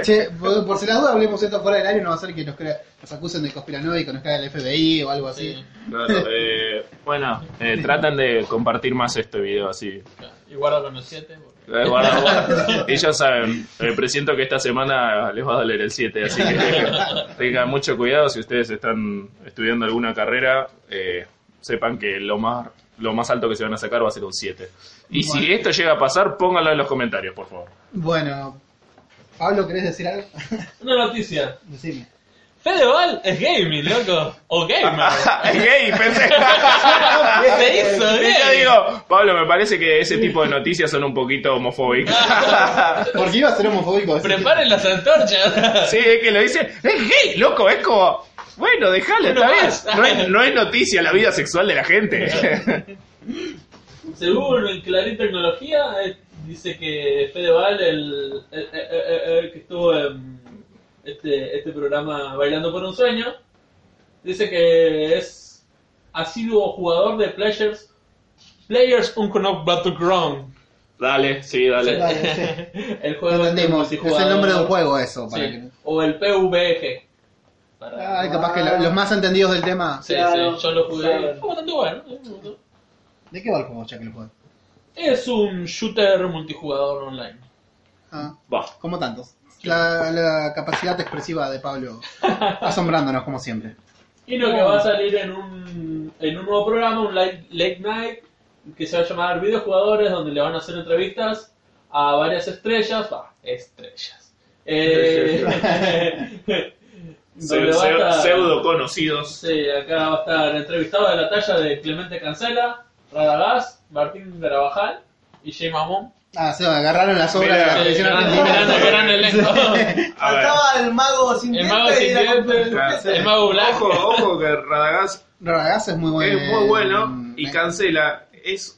Che, por, por si las dudas hablemos esto fuera del aire, no va a ser que nos, crea- nos acusen de conspiranoico, nos caiga el FBI o algo así. Sí. Claro, eh, bueno, eh, tratan de compartir más este video así. Y guardo con los siete. porque- Eh, guarda, guarda. Y ya saben, eh, presiento que esta semana les va a doler el 7, así que tengan, tengan mucho cuidado si ustedes están estudiando alguna carrera, eh, sepan que lo más lo más alto que se van a sacar va a ser un 7. Y si Bueno. esto llega a pasar, pónganlo en los comentarios, por favor. Bueno, Pablo, ¿querés decir algo? Una noticia. Decime. Fedeval es gaming, loco. O gamer. Es gay, pensé. Se Y hizo yo gay. digo, Pablo, me parece que ese tipo de noticias son un poquito homofóbicas. Porque iba a ser homofóbico. así que- Preparen las antorchas. Sí, es que lo dice, es gay, loco, es como, bueno, déjalo, Uno está más. bien. No es, no es noticia la vida sexual de la gente. Según el Clarín Tecnología, eh, dice que Fedeval, el, el- el- el- el que estuvo en este, este programa Bailando por un Sueño, dice que es asiduo jugador de Players, Players Unconnock Battleground. Dale, sí, dale. Dale, el Lo juego este entendimos, es multijugador. el nombre de un juego eso. Para Sí, que... Ah, O el PVG. Para- Ay, capaz que la- los más entendidos del tema. sí, claro, sí, yo lo jugué. claro. Fue bastante bueno. ¿De qué va el juego, ya que lo puedo? Es un shooter multijugador online. Ah, Va. como tantos. La, la capacidad expresiva de Pablo asombrándonos, como siempre. Y lo que va a salir en un, en un nuevo programa, un late, late night, que se va a llamar Videojugadores, donde le van a hacer entrevistas a varias estrellas, va, estrellas. Eh, donde Se- va a se- estar- Pseudo conocidos. Sí, acá va a estar entrevistado de la talla de Clemente Cancela, Radagás, Martín Garabajal y Jay Mamón. Ah, se agarraron las obras de Mira, la Sí, televisión gran, argentina. gran- gran elenco. A ver. Faltaba el mago sin El dientes mago y sin la dientes, competencia. el mago blanco. Ojo, ojo, que Radagast Radagast es muy bueno. es muy bueno y Cancela es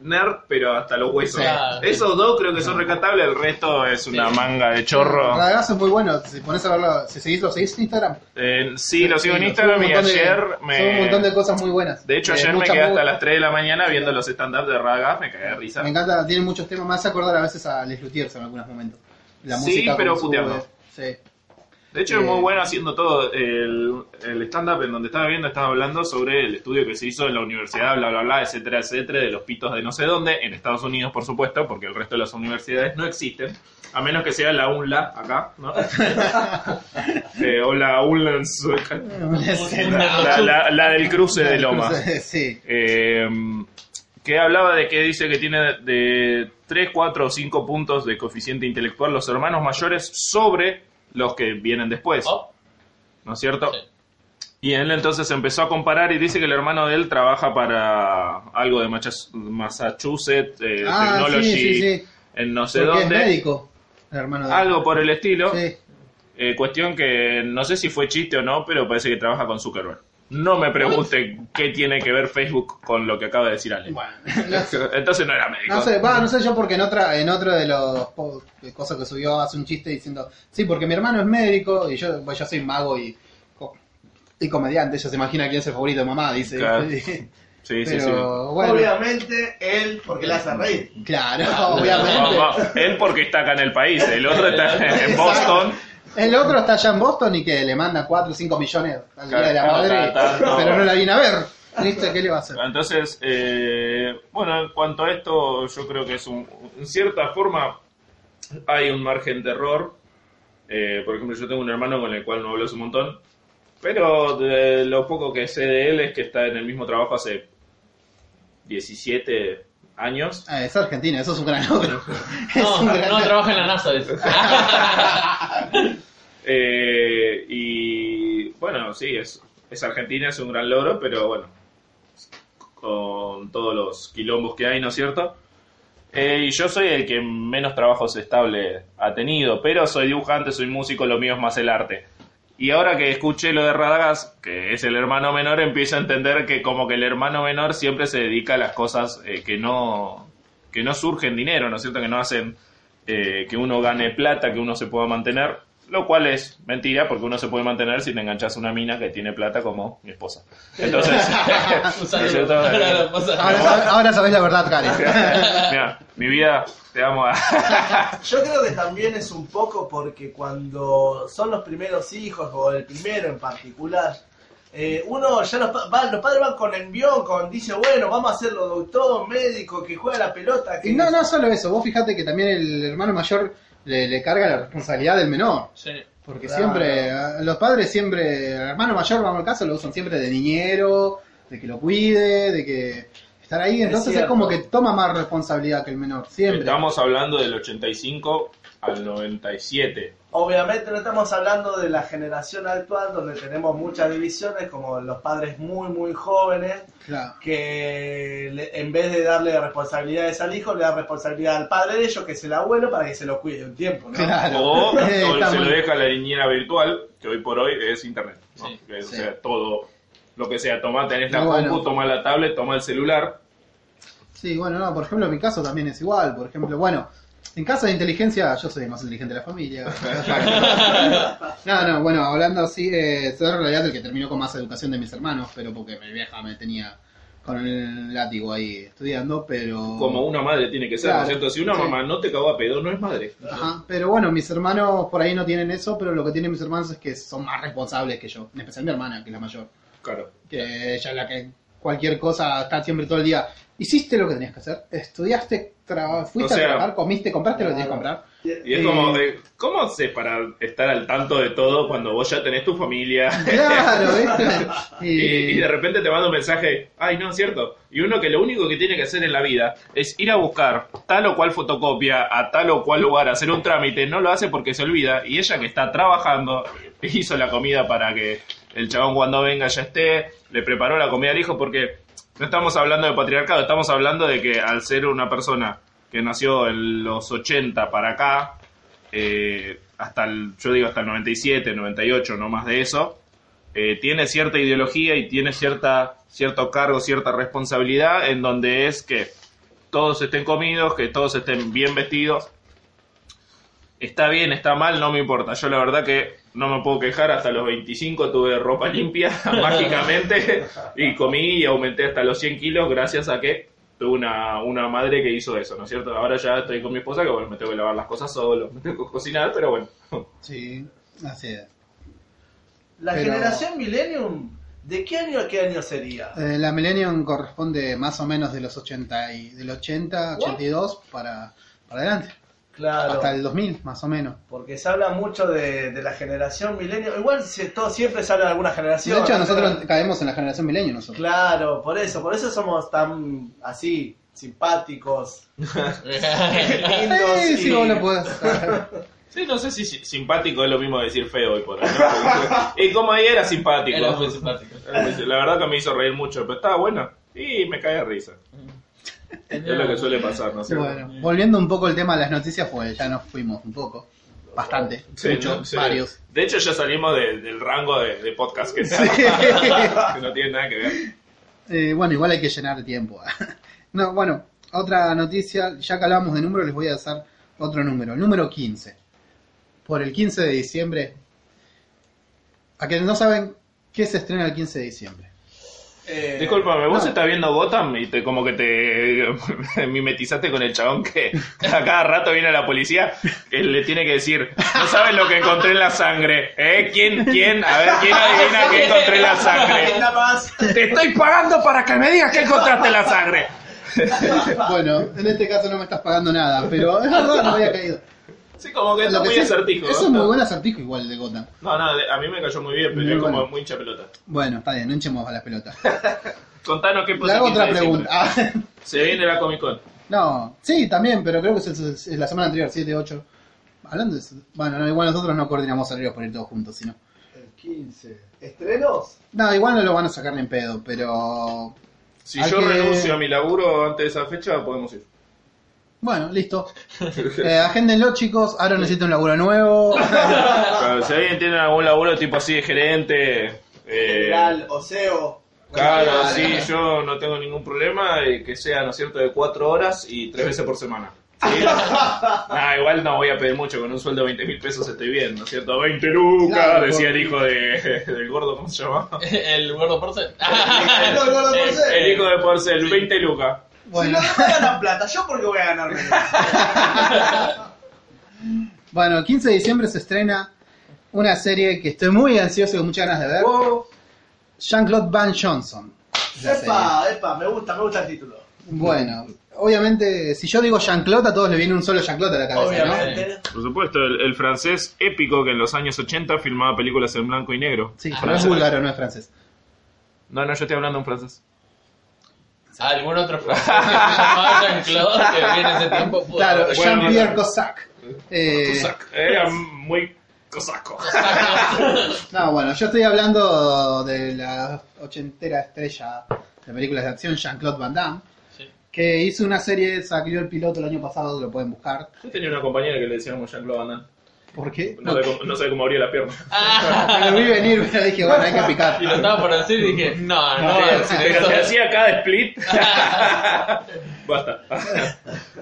nerd, pero hasta los huesos. Sí. Esos dos creo que son rescatables, el resto es una Sí. manga de chorro. Radagast es muy bueno. Si pones a verlo, si seguís, lo seguís en Instagram. Eh, sí, lo sigo en Sí, Instagram sube y un montón de- ayer sube un montón de me... cosas muy buenas. De hecho, Eh, ayer me mucha quedé hasta mu- las 3 de la mañana viendo los stand-up de Raga, me cagué de risa. Me encanta, tiene muchos temas. Me hace acordar a veces a Les Lutiers en algunos momentos. La Sí, música pero como puteando. sube. Sí. De hecho, es Eh, muy bueno haciendo todo. El, el stand-up en donde estaba viendo, estaba hablando sobre el estudio que se hizo en la universidad, bla, bla, bla, etcétera, etcétera, de los pitos de no sé dónde, en Estados Unidos, por supuesto, porque el resto de las universidades no existen, a menos que sea la UNLA acá, ¿no? Eh, o la UNLA, la, la- la del cruce de Lomas. Sí. Eh, que hablaba de que dice que tiene de 3, 4 o 5 puntos de coeficiente intelectual los hermanos mayores sobre los que vienen después. Oh, ¿no es cierto? Sí. Y él entonces empezó a comparar y dice que el hermano de él trabaja para algo de Machas- Massachusetts, eh, Ah, sí, Technology, sí, sí. en no sé Porque es dónde, médico. El hermano de algo por el estilo. Sí. Eh, cuestión que no sé si fue chiste o no, pero parece que trabaja con Zuckerberg. No me pregunte qué tiene que ver Facebook con lo que acaba de decir Ale. Bueno, no sé. Entonces no era médico. No sé, va, no sé yo porque en otra, en otro de los po- de cosas que subió hace un chiste diciendo, sí, porque mi hermano es médico y yo, bueno, yo soy mago y, co- y comediante, ella se imagina quién es el favorito de mamá, dice. Claro. Pero Sí, sí, sí. bueno, Obviamente él, porque la hace reír. claro, obviamente. Va- va- Él porque está acá en el país, el otro está en Exacto. Boston. El otro está allá en Boston y que le manda 4 o 5 millones al día de la Claro, madre, está- está- no. pero no la viene a ver. ¿Viste? ¿Qué le va a hacer? Entonces, eh, bueno, en cuanto a esto, yo creo que es un, en cierta forma hay un margen de error. Eh, por ejemplo, yo tengo un hermano con el cual no hablo hace un montón, pero de lo poco que sé de él es que está en el mismo trabajo hace 17 años. Ah, es Argentina, eso es un gran logro. Es No, un no, gran logro. trabaja en la NASA, dice. Eh, y bueno, sí, es, es Argentina, es un gran logro, pero bueno, con todos los quilombos que hay, ¿no es cierto? Eh, y yo soy el que menos trabajos estable ha tenido, pero soy dibujante, soy músico, lo mío es más el arte. Y ahora que escuché lo de Radagast, que es el hermano menor, empiezo a entender que como que el hermano menor siempre se dedica a las cosas eh, que no que no surgen dinero, ¿no es cierto? Que no hacen eh, que uno gane plata, que uno se pueda mantener, lo cual es mentira porque uno se puede mantener si te enganchas a una mina que tiene plata como mi esposa. Entonces, Un ¿no es saludo. cierto? Ahora lo pasa. Ahora, sab- ahora sabés la verdad, Karen. Mira, mi vida, te amo. Yo creo que también es un poco porque cuando son los primeros hijos, o el primero en particular, eh, uno ya los, pa- va- los padres van con envión, con dice, bueno, vamos a hacerlo doctor, médico, que juega la pelota, que Y no, no solo eso, vos fijate que también el hermano mayor le, le carga la responsabilidad del menor. Sí. Porque Claro. siempre, a- los padres siempre, al hermano mayor, vamos al caso, lo usan siempre de niñero, de que lo cuide, de que estar ahí. Es Entonces es, cierto. como que toma más responsabilidad que el menor, siempre. Estamos hablando del 85 al 97. Obviamente no estamos hablando de la generación actual donde tenemos muchas divisiones, como los padres muy, muy jóvenes, Claro. que le- en vez de darle responsabilidades al hijo, le dan responsabilidad al padre de ellos, que es el abuelo, para que se lo cuide un tiempo, ¿no? Claro. O, o Eh, está se lo mal. deja a la niñera virtual, que hoy por hoy es internet. ¿no? Sí, Que es, sí. O sea, todo lo que sea, toma, tenés la No, compu, bueno. toma la tablet, toma el celular. Sí, bueno, no, por ejemplo, en mi caso también es igual. Por ejemplo, bueno, en caso de inteligencia, yo soy el más inteligente de la familia. no, no, bueno, hablando así, eh, soy en realidad el que terminó con más educación de mis hermanos, pero porque mi vieja me tenía con el látigo ahí estudiando, pero. Como una madre tiene que ser, ¿no es Mm. Claro, cierto? Si una sí. mamá no te cagó a pedo, no es madre. Ajá, pero bueno, mis hermanos por ahí no tienen eso, pero lo que tienen mis hermanos es que son más responsables que yo, en especial mi hermana, que es la mayor, Claro. que ella es la que cualquier cosa está siempre todo el día. Hiciste lo que tenías que hacer, estudiaste, traba- fuiste O sea, a trabajar, comiste, compraste lo que tenías que comprar. Y es Eh, como, de, ¿cómo haces para estar al tanto de todo cuando vos ya tenés tu familia? Claro, ¿viste? Y, Y- y de repente te manda un mensaje, ay, no, es cierto. Y uno que lo único que tiene que hacer en la vida es ir a buscar tal o cual fotocopia a tal o cual lugar, hacer un trámite, no lo hace porque se olvida. Y ella que está trabajando, hizo la comida para que el chabón cuando venga ya esté, le preparó la comida al hijo porque no estamos hablando de patriarcado, estamos hablando de que al ser una persona que nació en los 80 para acá, eh, hasta el, yo digo hasta el 97, 98, no más de eso, eh, tiene cierta ideología y tiene cierta, cierto cargo, cierta responsabilidad, en donde es que todos estén comidos, que todos estén bien vestidos. Está bien, está mal, no me importa. Yo la verdad que no me puedo quejar, hasta los 25 tuve ropa limpia mágicamente y comí y aumenté hasta los 100 kilos gracias a que tuve una, una madre que hizo eso, ¿no es cierto? Ahora ya estoy con mi esposa que bueno, me tengo que lavar las cosas solo, me tengo que cocinar, pero bueno. Sí, así es. La Pero- generación Millennium, ¿de qué año a qué año sería? Eh, la Millennium corresponde más o menos de los 80 y del 80, 82 para, para adelante, Claro. hasta el 2000 más o menos. Porque se habla mucho de, de la generación milenio. Igual se, todo, siempre se habla de alguna generación. de hecho, ¿no? nosotros caemos en la generación Millennium nosotros. Claro, por eso, por eso somos tan así, simpáticos, lindos. Sí, sí, y- vos lo podés. Sí, no sé si si- simpático es lo mismo que decir feo hoy por hoy. ¿no? y como ahí era simpático. Era muy simpático. La verdad que me hizo reír mucho, pero estaba buena. Y me cae de risa. Es lo que suele pasar, ¿no es cierto? Bueno, volviendo un poco al tema de las noticias, pues ya nos fuimos un poco. Bastante, Sí, muchos, no, sí. varios. De hecho, ya salimos de- del rango de, de podcast que, que no tiene nada que ver. Eh, bueno, igual hay que llenar tiempo. no, bueno, otra noticia, ya que hablábamos de números, les voy a hacer otro número, el número 15. Por el 15 de diciembre. A que no saben qué se estrena el 15 de diciembre. Eh, Disculpame, vos no. estás viendo Gotham y te, como que te mimetizaste con el chabón que a cada rato viene la policía, él le tiene que decir, no sabes lo que encontré en la sangre, ¿eh? ¿Quién, quién? A ver, ¿quién adivina que encontré en la sangre? Nada más. Te estoy pagando para que me digas que encontraste en la sangre. bueno, en este caso no me estás pagando nada, pero es verdad, no había caído. Sí, como que es Lo que muy sí, acertijo. Eso ¿no? es muy buen acertijo igual de Gotham. No, no, a mí me cayó muy bien, pero Muy es como bueno. muy hincha pelota. Bueno, está bien, no hinchemos a las pelotas. Contanos qué Le pasa. hago otra el 15 de pregunta. diciembre. Se viene la Comic Con. No, sí, también, pero creo que es, es- es la semana anterior, 7, 8. Hablando de eso. Bueno, no, igual nosotros no coordinamos horarios por ir todos juntos, sino. El 15. ¿Estrenos? No, igual no lo van a sacar ni en pedo, pero. Si Hay yo que- renuncio a mi laburo antes de esa fecha, podemos ir. Bueno, listo. Eh, agéndenlo, chicos. Ahora necesito un laburo nuevo. Claro, si alguien tiene algún laburo tipo así de gerente, eh, General, Oseo. claro, Bueno, sí, yo no tengo ningún problema, eh, que sea, ¿no es cierto?, de cuatro horas y tres veces por semana. ¿Sí? Nah, igual no voy a pedir mucho, con un sueldo de 20 mil pesos estoy bien, ¿no es cierto? 20 lucas, Claro, decía por- el hijo de, del gordo, ¿cómo se llamaba? El gordo porcel. El gordo porcel. El hijo de Porcel, 20 lucas. Bueno, Si no ganan plata, ¿yo por qué voy a ganar menos? bueno, el 15 de diciembre se estrena una serie que estoy muy ansioso y con muchas ganas de ver. Wow. Jean-Claude Van Johnson. es la serie. Epa, epa, me gusta, me gusta el título. Bueno, obviamente, si yo digo Jean-Claude, a todos le viene un solo Jean-Claude a la cabeza, ¿no? Obviamente. Por supuesto, el, el francés épico que en los años 80 filmaba películas en blanco y negro. Sí, pero es Francés. búlgaro, Ah, no es francés. No, no, yo estoy hablando en francés. ¿Algún otro francés que se llamaba Jean-Claude que viene ese tiempo? pudo Claro, haber- Jean-Pierre bueno. Cossack. Eh, Cosaco. Era muy cosaco. No, bueno, yo estoy hablando de la ochentera estrella de películas de acción, Jean-Claude Van Damme, Sí. que hizo una serie, salió el piloto el año pasado, lo pueden buscar. Yo tenía una compañera que le decíamos Jean-Claude Van Damme. ¿Por qué? No, sé cómo, no sé cómo abría la pierna. Me lo vi venir, pero dije, bueno, hay que Y lo picar. estaba por decir y dije, no, no voy a decir Pero se eso. hacía cada split. Basta.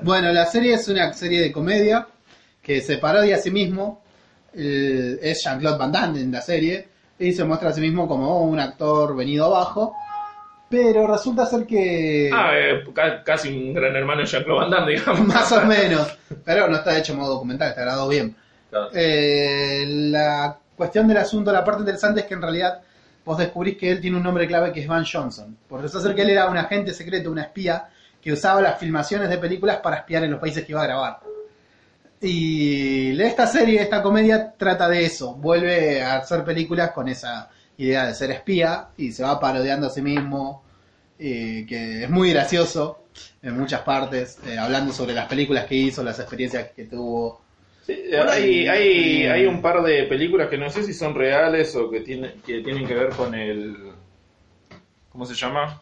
Bueno, la serie es una serie de comedia que se parodia a sí mismo. El- es Jean-Claude Van Damme en la serie y se muestra a sí mismo como un actor venido abajo. Pero resulta ser que... Ah, eh, ca- casi un gran hermano de Jean-Claude Van Damme, digamos. Más o menos. Pero no está hecho en modo documental, está grabado bien. Claro. Eh, la cuestión del asunto, la parte interesante es que en realidad vos descubrís que él tiene un nombre clave que es Van Johnson. Por eso ser que él era un agente secreto, una espía, que usaba las filmaciones de películas para espiar en los países que iba a grabar. Y esta serie, esta comedia trata de eso. Vuelve a hacer películas con esa idea de ser espía y se va parodiando a sí mismo, eh, que es muy gracioso en muchas partes, eh, hablando sobre las películas que hizo, las experiencias que tuvo. Sí, hay, hay, hay un par de películas que no sé si son reales o que, tiene, que tienen que ver con el... ¿Cómo se llama?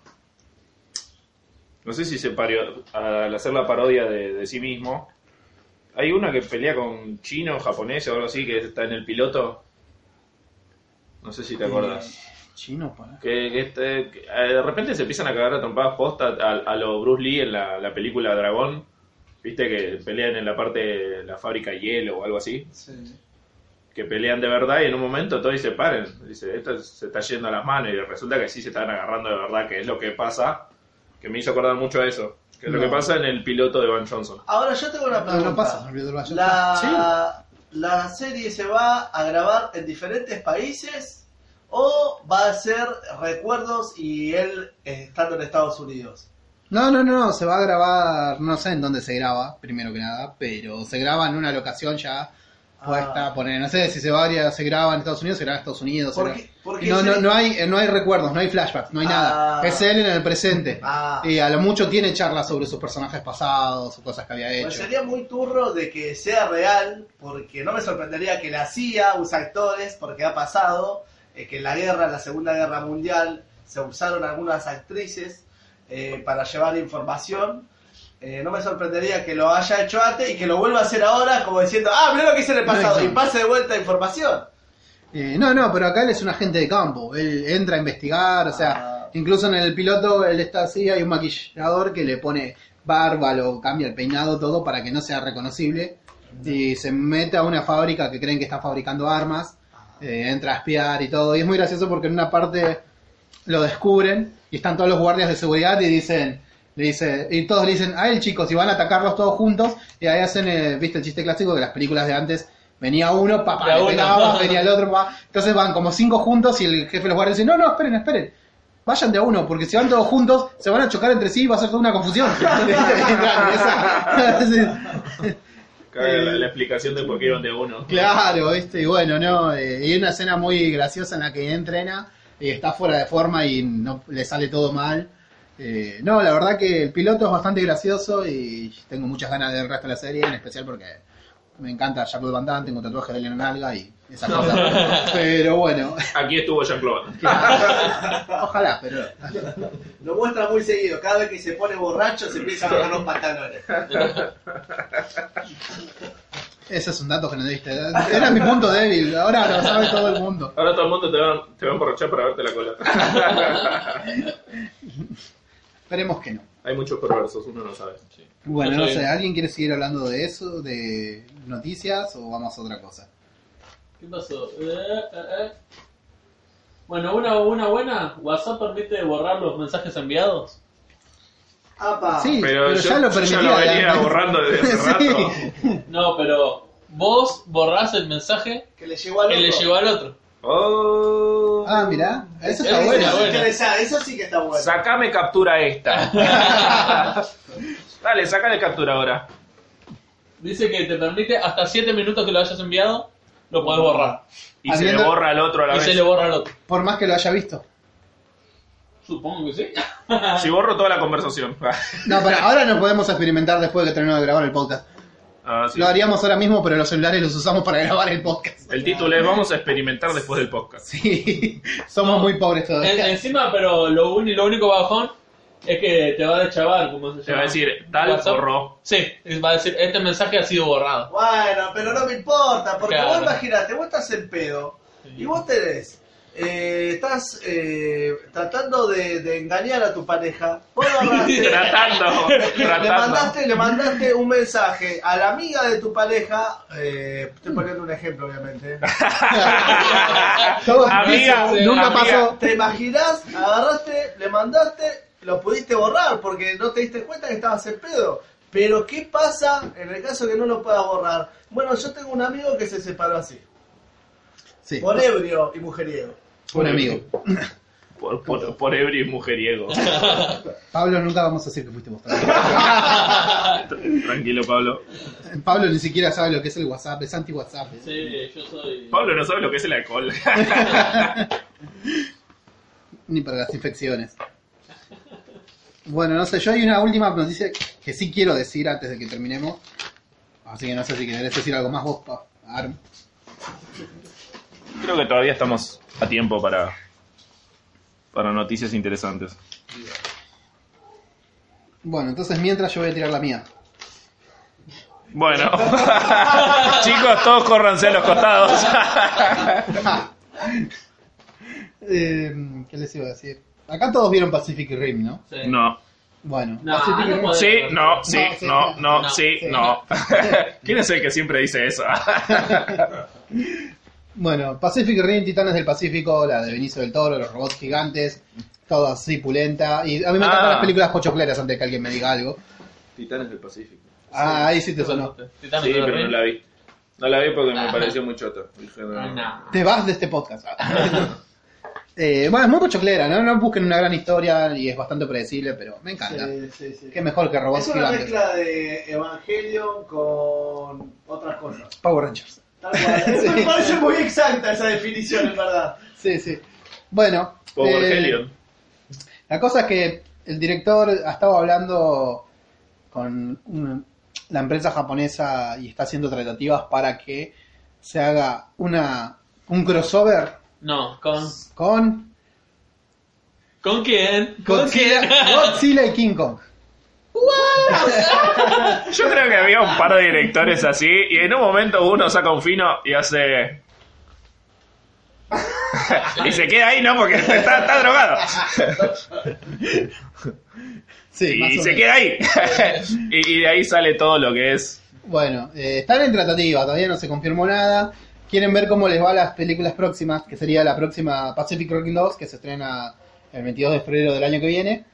No sé si se parió al hacer la parodia de, de sí mismo. Hay una que pelea con chino, japonés o algo así que está en el piloto. No sé si te acuerdas. Chino, para. Que, que este- que, eh, de repente se empiezan a cagar a trompadas posta a, a lo Bruce Lee en la, la película Dragón. Viste que pelean en la parte de la fábrica de hielo o algo así. Sí. Que pelean de verdad y en un momento todos se paren. Dice, esto se está yendo a las manos y resulta que sí se están agarrando de verdad, que es lo que pasa. Que me hizo acordar mucho a eso. Que es lo No. que pasa en el piloto de Van Johnson. Ahora yo tengo una No, pregunta. no pasa, no olvido el baño. La, la serie se va a grabar en diferentes países o va a ser recuerdos y él eh, estando en Estados Unidos. No, no, no, se va a grabar, no sé en dónde se graba, primero que nada, pero se graba en una locación ya puesta, Ah. poner, no sé si se va a, se graba en Estados Unidos, se graba en Estados Unidos. se ¿Por graba- qué- por qué no, se- no, no hay, eh, no hay recuerdos, no hay flashbacks, no hay Ah. nada. Es él en el presente. Ah. Y a lo mucho tiene charlas sobre sus personajes pasados o cosas que había hecho. Pues sería muy turro de que sea real, porque no me sorprendería que la CIA use actores, porque ha pasado eh, que en la guerra, en la Segunda Guerra Mundial, se usaron algunas actrices eh, para llevar información. Eh, no me sorprendería que lo haya hecho antes y que lo vuelva a hacer ahora, como diciendo, ah, mirá lo que hice en el pasado, No, y no. pase de vuelta información. Eh, no, no, pero acá él es un agente de campo. Él entra a investigar, o sea, Ah. incluso en el piloto él está así, hay un maquillador que le pone barba, lo cambia el peinado, todo para que no sea reconocible. Y se mete a una fábrica que creen que está fabricando armas, eh, entra a espiar y todo. Y es muy gracioso porque en una parte lo descubren y están todos los guardias de seguridad y dicen, le dice, y todos le dicen a él chicos y van a atacarlos todos juntos y ahí hacen, eh, viste el chiste clásico de las películas de antes, venía uno, La papá, le una. pegaba, venía el otro, papá, entonces van como cinco juntos y el jefe de los guardias dice, no, no, esperen, esperen. Vayan de a uno, porque si van todos juntos, se van a chocar entre sí y va a ser toda una confusión. Esa- sí. Caga Eh, la, la explicación de por qué iban de uno. Claro, este, y bueno, no, eh, y hay una escena muy graciosa en la que entrena y está fuera de forma y no le sale todo mal. Eh, no, la verdad que el piloto es bastante gracioso y tengo muchas ganas del resto de la serie, en especial porque me encanta Jean-Claude Van Damme, tengo tatuaje de él en la nalga y esas cosas. Pero bueno, Aquí estuvo Jean-Claude. ojalá, pero Lo muestra muy seguido, cada vez que se pone borracho se empieza a bajar los pantalones. ese es un dato que no diste. Era mi punto débil, ahora lo sabe todo el mundo. Ahora todo el mundo te va, te va a emborrachar para verte la cola. Esperemos que no. Hay muchos perversos, uno no sabe. Bueno, No no sé. sé, ¿alguien quiere seguir hablando de eso, de noticias o vamos a otra cosa? ¿Qué pasó? Eh, eh, eh. Bueno, una, una buena. WhatsApp permite borrar los mensajes enviados. ¡Apa! Sí, Ah, Pero, pero yo, ya yo lo ya permitía lo venía antes. borrando desde hace Sí. rato. No, pero vos borrás el mensaje Que le llegó al que le otro. llegó al otro. Oh. Ah, mirá, eso Eso está sí bueno. está bueno. interesante, Eso sí que está bueno. Sacame captura esta. Dale, sacale captura ahora. Dice que te permite hasta 7 minutos que lo hayas enviado, lo podés borrar. Y se Habiendo- le borra al otro a la Y vez. se le borra al otro. Por más que lo haya visto. Supongo que sí. Si borro toda la conversación. No, pero ahora no podemos experimentar después de que terminemos de grabar el podcast. Ah, sí. Lo haríamos ahora mismo, pero los celulares los usamos para grabar el podcast. El título es Vamos a experimentar después del podcast. Sí, somos muy pobres En- todavía. encima, pero lo, uni- lo único bajón es que te va a deschavar, como se llama. Te va a decir, tal WhatsApp. borró. Sí, él va a decir, este mensaje ha sido borrado. Bueno, pero no me importa, porque Claro. vos imaginate, vos estás en pedo y vos tenés, eh, estás eh, tratando de, de engañar a tu pareja, vos lo agarraste, Tratando, le, tratando. mandaste, le mandaste un mensaje a la amiga de tu pareja, eh, estoy poniendo un ejemplo obviamente, ¿eh? Todo- Amiga, nunca amiga. pasó. te imaginás, agarraste, le mandaste, lo pudiste borrar porque no te diste cuenta que estabas en pedo. Pero ¿qué pasa en el caso que no lo puedas borrar? Bueno, yo tengo un amigo que se separó así, Sí, por ebrio y mujeriego. un amigo. Por, por, por ebrio y mujeriego. Pablo, nunca vamos a decir que fuiste vos. Tranquilo, Pablo. Pablo ni siquiera sabe lo que es el WhatsApp, es anti-WhatsApp. Sí, yo soy... Pablo no sabe lo que es el alcohol. Ni para las infecciones. Bueno, no sé, yo hay una última noticia que sí quiero decir antes de que terminemos. Así que no sé si querés decir algo más vos, Pa- Arm. Creo que todavía estamos a tiempo para, para noticias interesantes. Bueno, entonces mientras yo voy a tirar la mía. Bueno, chicos, todos córranse a los costados. Ja. eh, ¿Qué les iba a decir? Acá todos vieron Pacific Rim, ¿no? Sí. No. Bueno, No, Pacific no Rim- podés. Sí, no, sí, No, sí, no, no, no, sí, sí, no. ¿Quién es el que siempre dice eso? Bueno, Pacific Rim, Titanes del Pacífico, la de Benicio del Toro, los robots gigantes, toda así pulenta. Y a mí me Ah. encantan las películas pochocleras antes de que alguien me diga algo. Titanes del Pacífico. Ah, ahí sí te sonó. Titanic Sí, de pero no Ring. la vi. No la vi porque me Ah. pareció muy chota. Dije, no. No. Te vas de este podcast. Eh, bueno, es muy pochoclera, ¿no? No busquen una gran historia y es bastante predecible, pero me encanta. Sí, sí, sí. Qué mejor que robots Es una gigantes. mezcla de Evangelion con otras cosas. Power Rangers. Tal cual. Eso Me parece muy exacta esa definición, en verdad. Sí, sí. Bueno, Power eh, Helion. la cosa es que el director ha estado hablando con un- la empresa japonesa y está haciendo tratativas para que se haga una un crossover No, con. con ¿Con quién? Godzilla, Godzilla y King Kong. Yo creo que había un par de directores así y en un momento uno saca un fino y hace... y se queda ahí, ¿no? Porque está, está drogado. Sí, más y o se menos. queda ahí. y, y de ahí sale todo lo que es... Bueno, eh, están en tratativa, todavía no se confirmó nada. Quieren ver cómo les va a las películas próximas, que sería la próxima Pacific Rocking 2, que se estrena el 22 de febrero del año que viene.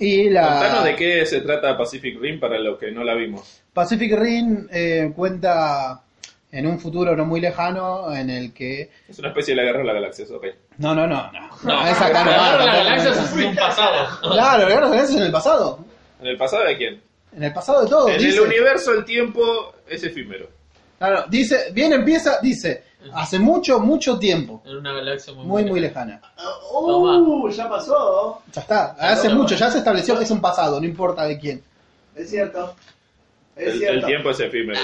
Y la Contanos de qué se trata Pacific Rim para los que no la vimos. Pacific Rim eh, cuenta en un futuro no muy lejano en el que... Es una especie de la guerra de la galaxia, ok. No, no, no, no. No, es acá la nomás, Guerra de la tampoco galaxia no, es no. un pasado. Claro, la guerra de las galaxias en el pasado. ¿En el pasado de quién? En el pasado de todo. En el Oh, dice. universo el tiempo es efímero. Claro, dice, bien empieza, dice, hace mucho, mucho tiempo. En una galaxia muy Muy, muy lejana. lejana. Uh, ya pasó. Ya está, hace mucho, ya se estableció que es un pasado, no importa de quién. Es cierto. Es El, el cierto. tiempo es efímero.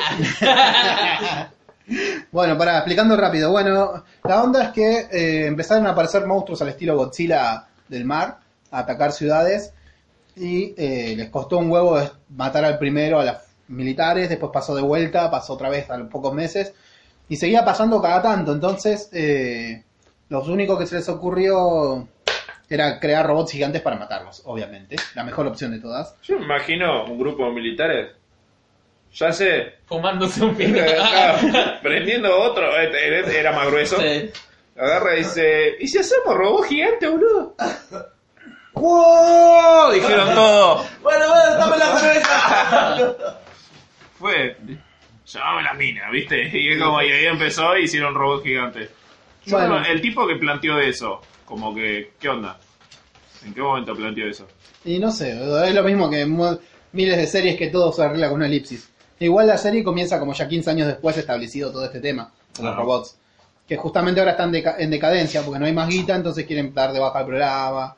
Bueno, para explicando rápido. Bueno, la onda es que eh, empezaron a aparecer monstruos al estilo Godzilla del mar, a atacar ciudades, y eh, les costó un huevo des- matar al primero a los militares, después pasó de vuelta, pasó otra vez a los pocos meses, y seguía pasando cada tanto. Entonces, eh, lo único que se les ocurrió era crear robots gigantes para matarlos, obviamente, la mejor opción de todas. Yo me imagino un grupo de militares. Ya sé. Fumándose un pino. Acá, prendiendo otro. eh, eh, Era más grueso. Sí. Agarra y dice. ¿Y si hacemos robot gigante, boludo? ¡Wow! Dijeron todo. Bueno, bueno, dame la cerveza. Fue. Llamame la mina, ¿viste? Y es como, y ahí empezó y hicieron robot gigante. Yo, Bueno. bueno, el tipo que planteó eso, como que, ¿qué onda? ¿En qué momento planteó eso? Y no sé, es lo mismo que mu- miles de series que todo se arregla con una elipsis. Igual la serie comienza como ya 15 años después establecido todo este tema de los Ah. robots. Que justamente ahora están deca- en decadencia porque no hay más guita, entonces quieren dar de baja el programa.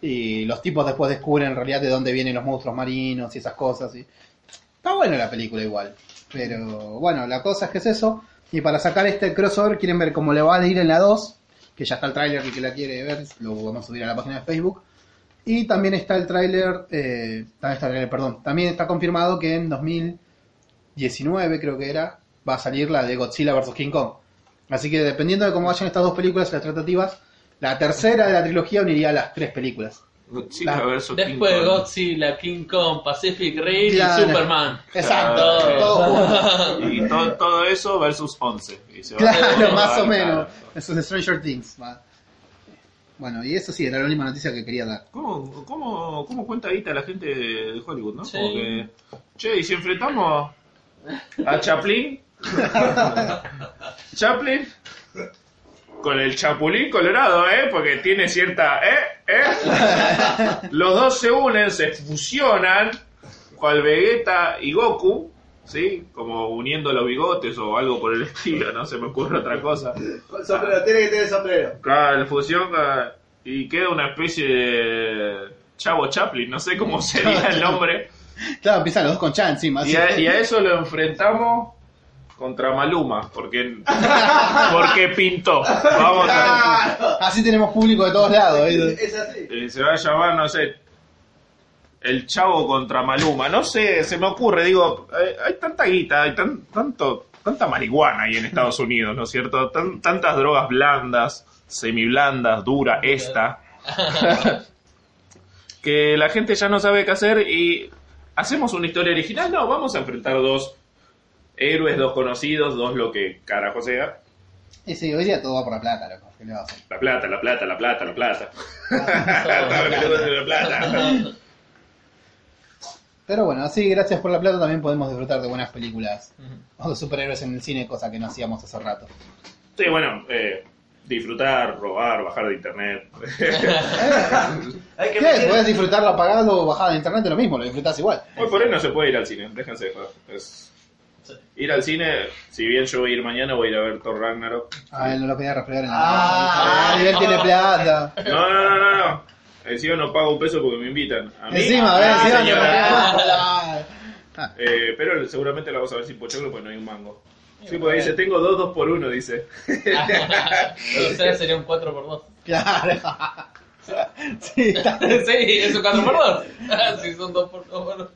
Y los tipos después descubren en realidad de dónde vienen los monstruos marinos y esas cosas. y- Está buena la película igual. Pero bueno, la cosa es que es eso. Y para sacar este crossover quieren ver cómo le va a ir en la 2. Que ya está el tráiler, el que la quiere ver, lo vamos a subir a la página de Facebook. Y también está el tráiler, eh, también está el tráiler, perdón, también está confirmado que en 2019 creo que era, va a salir la de Godzilla vs. King Kong. Así que dependiendo de cómo vayan estas dos películas y las tratativas, la tercera de la trilogía uniría las tres películas. Godzilla versus King Después de Kong. Godzilla, King Kong, Pacific Rim Claro. y Superman. Exacto, Claro. todo junto. Ah, Y to- todo eso versus 11. Y se va a hacer Claro, todo más o al- menos. al- Eso es de Stranger Things. va. Bueno, y eso sí, era la última noticia que quería dar. ¿Cómo, cómo, cómo cuenta guita la gente de Hollywood, no? Sí. Como que, che, ¿y si enfrentamos a Chaplin? Chaplin con el Chapulín Colorado, ¿eh? Porque tiene cierta... ¿eh? ¿eh? Los dos se unen, se fusionan, cual Vegeta y Goku, ¿sí? Como uniendo los bigotes o algo por el estilo, no se me ocurre otra cosa. Con sombrero, tiene que tener sombrero. Claro, la fusión claro, y queda una especie de Chavo Chaplin, no sé cómo sería el nombre. Claro, empiezan los dos con Chan encima. Y a, así. y a eso lo enfrentamos contra Maluma, porque, porque pintó. Vamos a Así tenemos público de todos lados. ¿eh? Es así. eh, se va a llamar, no sé, el eh, Chavo contra Maluma. No sé, se me ocurre, digo, hay, hay tanta guita, hay tan, tanto tanta marihuana hay en Estados Unidos, ¿no es cierto? Tan- tantas drogas blandas, semiblandas, dura, esta, que la gente ya no sabe qué hacer y hacemos una historia original. No, vamos a enfrentar dos héroes, dos conocidos, dos lo que carajo sea. Y sí, hoy día todo va por la plata, loco. ¿Qué le vas a hacer? La plata, la plata, la plata, la plata. Todo lo que tengo es la plata. Pero bueno, así gracias por la plata también podemos disfrutar de buenas películas o de superhéroes en el cine, cosa que no hacíamos hace rato. Sí, bueno, eh, disfrutar, robar, bajar de internet. Hay que ¿Qué? Podés meter, disfrutarlo apagado o bajado de internet, es lo mismo, lo disfrutás igual. Hoy por hoy no se puede ir al cine, déjense de joder. Es- Sí. Ir al cine, si bien yo voy a ir mañana, voy a ir a ver Thor Ragnarok. Ah, él no lo podía reflejar en la Ah, ah, él tiene plata. No, no, no, no, no. Encima no pago un peso porque me invitan. A mí, Encima, a ¿ves? la Encima señora. no refleja. Ah. Eh, pero seguramente la vas a ver sin pochoclo porque no hay un mango. Sí, porque dice, tengo dos, dos por uno, dice. o sea, sería un 4x2. Claro. Sí, está. sí, es un 4x2. si son 2x2.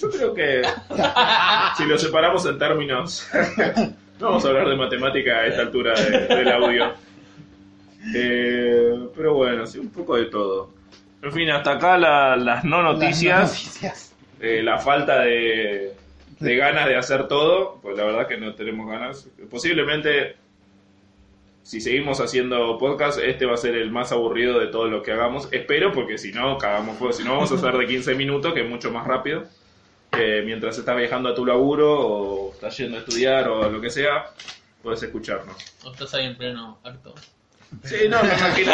Yo creo que si lo separamos en términos, no vamos a hablar de matemática a esta altura de- del audio. Eh, pero bueno, sí, un poco de todo. En fin, hasta acá la- las no Las noticias, noticias. eh, la falta de, de ganas de hacer todo, pues la verdad que no tenemos ganas. Posiblemente, si seguimos haciendo podcast, este va a ser el más aburrido de todo lo que hagamos. Espero, porque si no, cagamos fuego. Si no, vamos a hacer de 15 minutos, que es mucho más rápido. Eh, mientras estás viajando a tu laburo o estás yendo a estudiar o lo que sea, puedes escucharnos. O estás ahí en pleno acto. Sí, no, me imagino.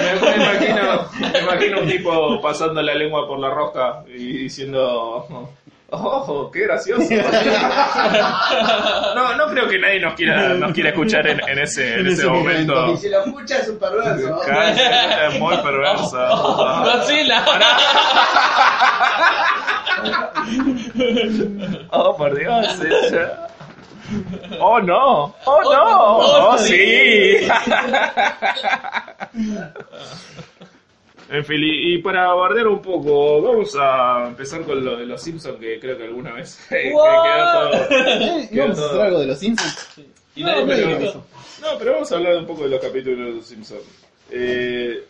Me, me imagino, me imagino un tipo pasando la lengua por la rosca y diciendo. ¡Oh, qué gracioso! No, no creo que nadie nos quiera, nos quiera escuchar en, en ese, en ese momento. y si lo escucha es un perverso. Cállate, Es muy perversa. ¡Godzilla! Oh, por Dios. ella. Oh, no. Oh, Oh, no. no. Oh, sí. En fin, y, y para bardear un poco, vamos a empezar con lo de los Simpsons, que creo que alguna vez eh, que quedó todo- Eh, ¿y vamos a hacer algo de los Simpsons? Y No, nadie me pero- lo eso. hizo. No, pero vamos a hablar un poco de los capítulos de los Simpsons. Eh,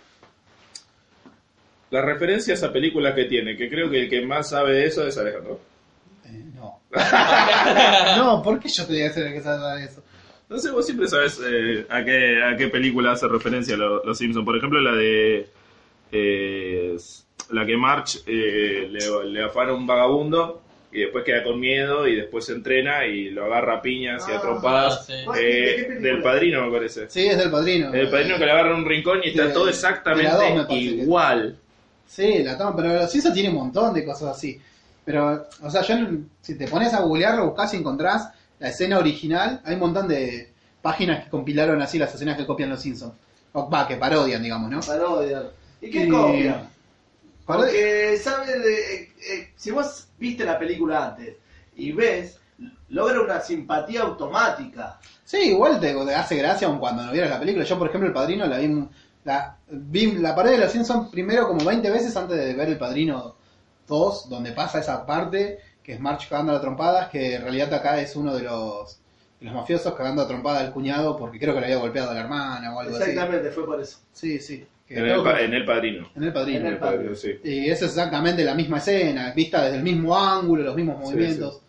las referencias a películas que tiene, que creo que el que más sabe de eso es Alejandro. Eh, no. Eh, no, ¿por qué yo tenía que ser el que salga de eso? No sé, vos siempre sabes eh, a, qué, a qué película hace referencia lo- Los Simpsons. Por ejemplo, la de. eh, la que March eh, le, le afana a un vagabundo y después queda con miedo y después se entrena y lo agarra a piñas y a Ah, trompadas. sí. Eh, ¿De qué película? del padrino, me parece. Sí, es del padrino. El padrino que le agarra en un rincón y está todo Sí, de la dos, me exactamente parece que- igual. Sí, la toma, pero los Simpsons tiene un montón de cosas así. Pero, o sea, yo, no- si te pones a googlearlo, buscás y encontrás la escena original, hay un montón de páginas que compilaron así las escenas que copian los Simpsons. O va, que parodian, digamos, ¿no? Parodia. ¿Y qué Y- copia? Parodi- Porque, ¿sabes? Eh, eh, si vos viste la película antes y ves, logra una simpatía automática. Sí, igual te, te hace gracia aun cuando no vieras la película. Yo, por ejemplo, El Padrino la vi... mu- La, vi la pared de los Simpsons primero como 20 veces antes de ver El Padrino 2, donde pasa esa parte que es March cagando a trompadas, que en realidad acá es uno de los, de los mafiosos cagando a trompada al cuñado porque creo que le había golpeado a la hermana o algo así. Exactamente, fue por eso. Sí, sí. Que En el, creo que- pa- en el padrino. en El Padrino. en el Padrino. Sí. Y es exactamente la misma escena, vista desde el mismo ángulo, los mismos Sí, movimientos.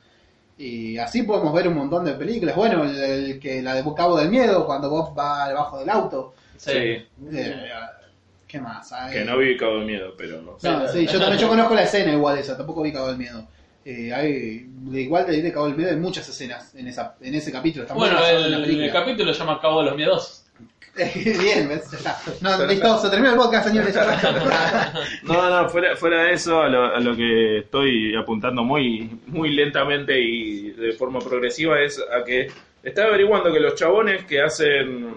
Y así podemos ver un montón de películas. Bueno, el, el que la de Cabo del Miedo, cuando Bob va debajo del auto. Sí. Eh, ¿Qué más? Ay, Que no vi Cabo de Miedo, pero no sé. No, sí, yo, también, yo conozco la escena igual esa, tampoco vi Cabo del Miedo. Eh, hay, de igual de, de Cabo del Miedo hay muchas escenas en, esa, en ese capítulo. Está muy Bueno, basado en el, la el película. capítulo se llama Cabo de los Miedos. Bien, ¿ves? Ya está. No, listo, se terminó el podcast, señores. ya está. No, no, fuera, fuera de eso, a lo, a lo que estoy apuntando muy, muy lentamente y de forma progresiva es a que estaba averiguando que los chabones que hacen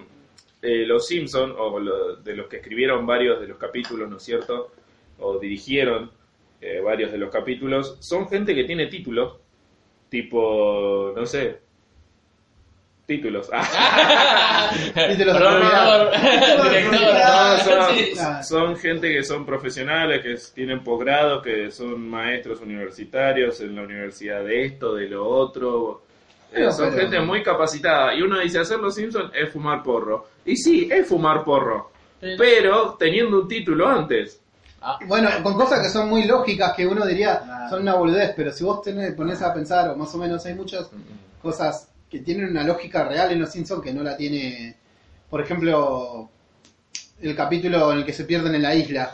eh, Los Simpson, o lo- de los que escribieron varios de los capítulos, ¿no es cierto? O dirigieron eh, varios de los capítulos, son gente que tiene títulos, tipo, no sé, títulos. Ah, Y te los Productor, No, director. son, sí. Claro. son gente que son profesionales, que s- tienen posgrados, que son maestros universitarios en la universidad de esto, de lo otro, Eh, No, son pero- gente muy capacitada. Y uno dice, hacer los Simpsons es fumar porro. Y sí, es fumar porro. Pero- Pero teniendo un título antes. Ah, Bueno, con cosas que son muy lógicas que uno diría Claro. son una boludez, pero si vos tenés, ponés a pensar, o más o menos hay muchas cosas que tienen una lógica real en los Simpsons que no la tiene. Por ejemplo, el capítulo en el que se pierden en la isla.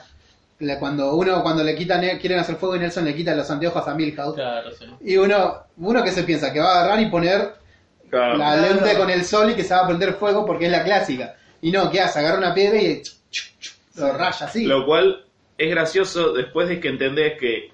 la- Cuando uno, cuando le quitan, quieren hacer fuego y Nelson le quita los anteojos a Milhouse. claro, sí. Y uno, uno que se piensa que va a agarrar y poner Claro. la Claro. lente con el sol y que se va a prender fuego porque es la clásica. Y no, ¿qué hace? Agarra una piedra y chup, chup, chup, lo raya así. Lo cual es gracioso después de que entendés que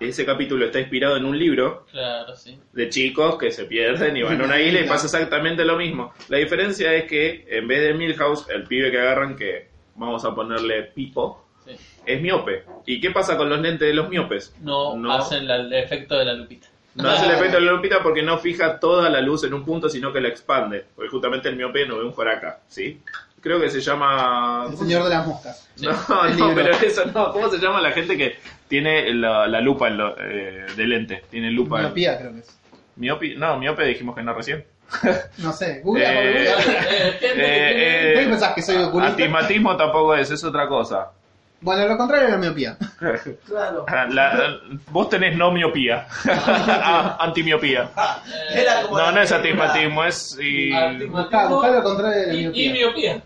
ese capítulo está inspirado en un libro Claro, sí. de chicos que se pierden y van a una isla y pasa exactamente lo mismo. La diferencia es que en vez de Milhouse, el pibe que agarran, que vamos a ponerle Pipo, sí. es miope. ¿Y qué pasa con los lentes de los miopes? No, hacen la- el efecto de la lupita. No hace Ah. el efecto de la lupita porque no fija toda la luz en un punto, sino que la expande. Porque justamente el miope no ve un joraca, ¿sí? Creo que se llama... El señor de las moscas. No, El no, libro. pero eso no. ¿Cómo se llama la gente que tiene la, la lupa en lo- eh, de lente? Tiene lupa. en- Miopía, creo que es. Miopi- no, miope dijimos que no recién. No sé, Google. Eh, Eh, gente que Eh, ¿Qué pensás que soy oculista? Astigmatismo tampoco es, es otra cosa. Bueno, lo contrario era miopía. Claro. La- vos tenés no miopía. Ah, antimiopía. tiene, eh, Era como No, la no es película. astigmatismo, es. y- astigmatismo Buscá, buscá lo contrario de la y- miopía. y miopía.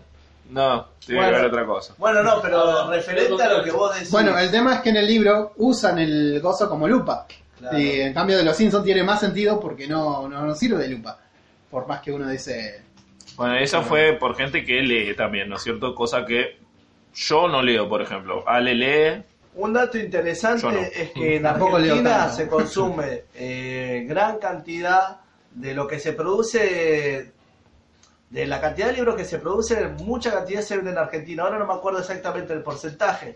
No, tiene que Bueno. ver otra cosa. Bueno, no, pero referente a lo que vos decís. Bueno, el tema es que en el libro usan el gozo como lupa. Claro. Y en cambio de los Simpsons tiene más sentido porque no, no, no sirve de lupa. Por más que uno dice. Bueno, eso fue por gente que lee también, ¿no es cierto? Cosa que yo no leo, por ejemplo. Ale lee. Un dato interesante Yo no. es que en Tampoco leo Argentina tanto. se consume eh, gran cantidad de lo que se produce, de la cantidad de libros que se produce, mucha cantidad se vende en Argentina. Ahora no me acuerdo exactamente el porcentaje,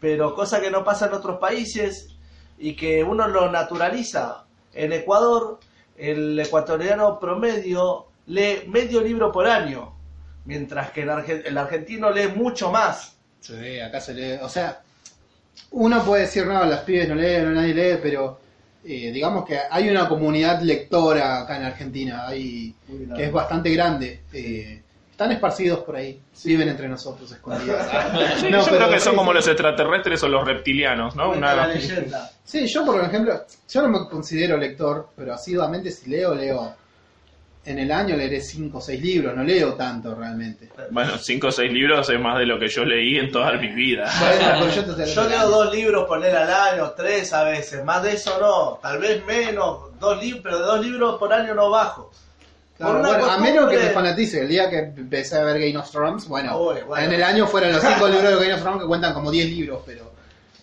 pero cosa que no pasa en otros países y que uno lo naturaliza. En Ecuador, el ecuatoriano promedio lee medio libro por año, mientras que el arge- el argentino lee mucho más. Sí, acá se lee. O sea, uno puede decir, no, las pibes no leen, no nadie lee, pero eh, digamos que hay una comunidad lectora acá en Argentina, hay, que es bastante grande. Eh, están esparcidos por ahí, viven entre nosotros escondidos. Sí, No, yo creo pero- que son como los extraterrestres o los reptilianos, ¿no? Cuenta Una- la leyenda. Sí, yo por ejemplo, yo no me considero lector, pero asiduamente si leo, leo. En el año leeré 5 o 6 libros, no leo tanto realmente. Bueno, cinco o seis libros es más de lo que yo leí en toda mi vida. Bueno, pero yo, te- Yo leo dos libros por leer al año, tres a veces, más de eso no, tal vez menos, dos libros, pero de dos libros por año no bajo. Claro, Por una bueno, a costumbre- menos que te fanatice, el día que empecé a ver Game of Thrones, bueno, Uy, Ah, bueno. en el año fueron los 5 libros de Game of Thrones que cuentan como 10 libros, pero...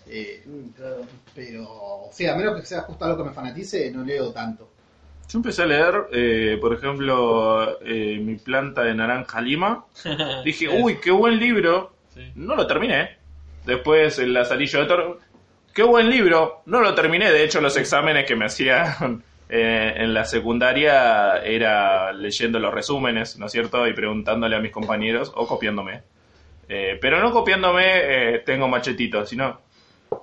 eh, Mm, claro. pero, o sea, a menos que sea justo algo que me fanatice, no leo tanto. Yo empecé a leer, eh, por ejemplo, eh, Mi planta de naranja lima. Dije, uy, qué buen libro. Sí. No lo terminé. Después el Lazarillo de Toro. Qué buen libro. No lo terminé. De hecho, los exámenes que me hacían eh, en la secundaria era leyendo los resúmenes, ¿no es cierto? Y preguntándole a mis compañeros o copiándome. Eh, pero no copiándome eh, tengo machetito, sino...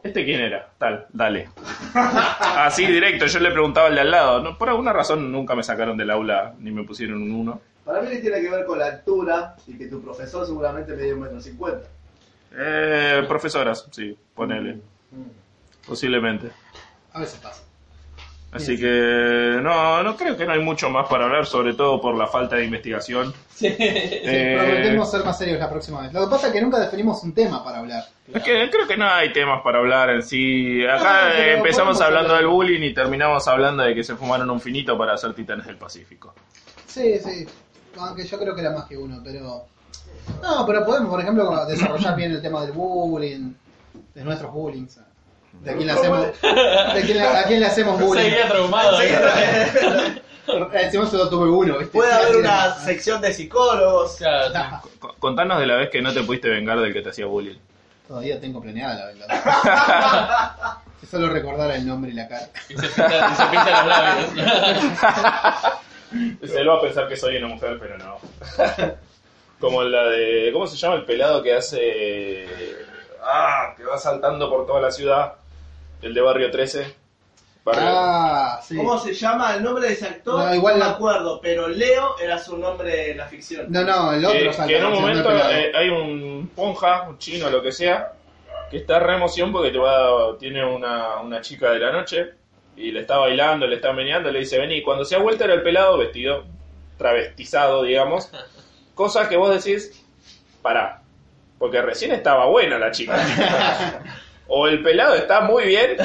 ¿Este quién era? Tal, dale. Así directo, yo le preguntaba al de al lado. No, por alguna razón nunca me sacaron del aula ni me pusieron un uno. Para mí que tiene que ver con la altura y que tu profesor seguramente me dio un metro cincuenta. Eh, profesoras, sí, ponele. Posiblemente. A veces pasa. Así que no, no creo que no hay mucho más para hablar, sobre todo por la falta de investigación. Sí, Eh, prometemos ser más serios la próxima vez. Lo que pasa es que nunca definimos un tema para hablar. es que creo que no hay temas para hablar en sí. Acá No, Ah, pero eh, empezamos podemos hablando hablar. del bullying y terminamos hablando de que se fumaron un finito para hacer Titanes del Pacífico. Sí, sí. Aunque yo creo que era más que uno, pero. No, pero podemos, por ejemplo, desarrollar bien el tema del bullying, de nuestros bullying. o sea, ¿De a quién le hacemos, de quién le- a quién le hacemos bullying? Seguía traumado. ¿eh? Eh, Encima solo tuve uno, ¿viste? Puede haber Así una de- sección de psicólogos. Claro, Ah, Co- Contanos de la vez que no te pudiste vengar del que te hacía bullying. Todavía tengo planeada la venganza. Si solo recordara el nombre y la cara. sí. Y se pinta, y se pinta los labios. Se lo va a pensar que soy una mujer, pero no. Como la de. ¿Cómo se llama el pelado que hace. Ah, que va saltando por toda la ciudad? El de Barrio 13. Barrera. Ah, sí. ¿Cómo se llama el nombre de ese actor? No, igual me no. acuerdo, pero Leo era su nombre en la ficción. No, no, el otro que, salta, que en un el momento pelado. eh, hay un ponja, un chino, lo que sea, que está re emoción porque te va, tiene una, una chica de la noche y le está bailando, le está meneando, le dice vení. Cuando se ha vuelto era el pelado vestido, travestizado, digamos. Cosas que vos decís, pará, porque recién estaba buena la chica. o el pelado está muy bien.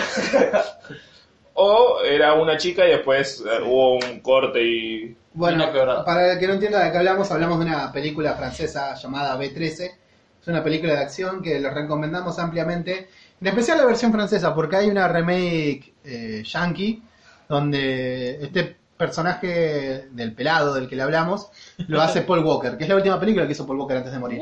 O era una chica y después eh, hubo un corte y Bueno, Una quebrada. para el que no entienda de qué hablamos, hablamos de una película francesa llamada B13. Es una película de acción que les recomendamos ampliamente. En especial la versión francesa, porque hay una remake eh, yankee, donde este personaje del pelado del que le hablamos lo hace Paul Walker, que es la última película que hizo Paul Walker antes de morir.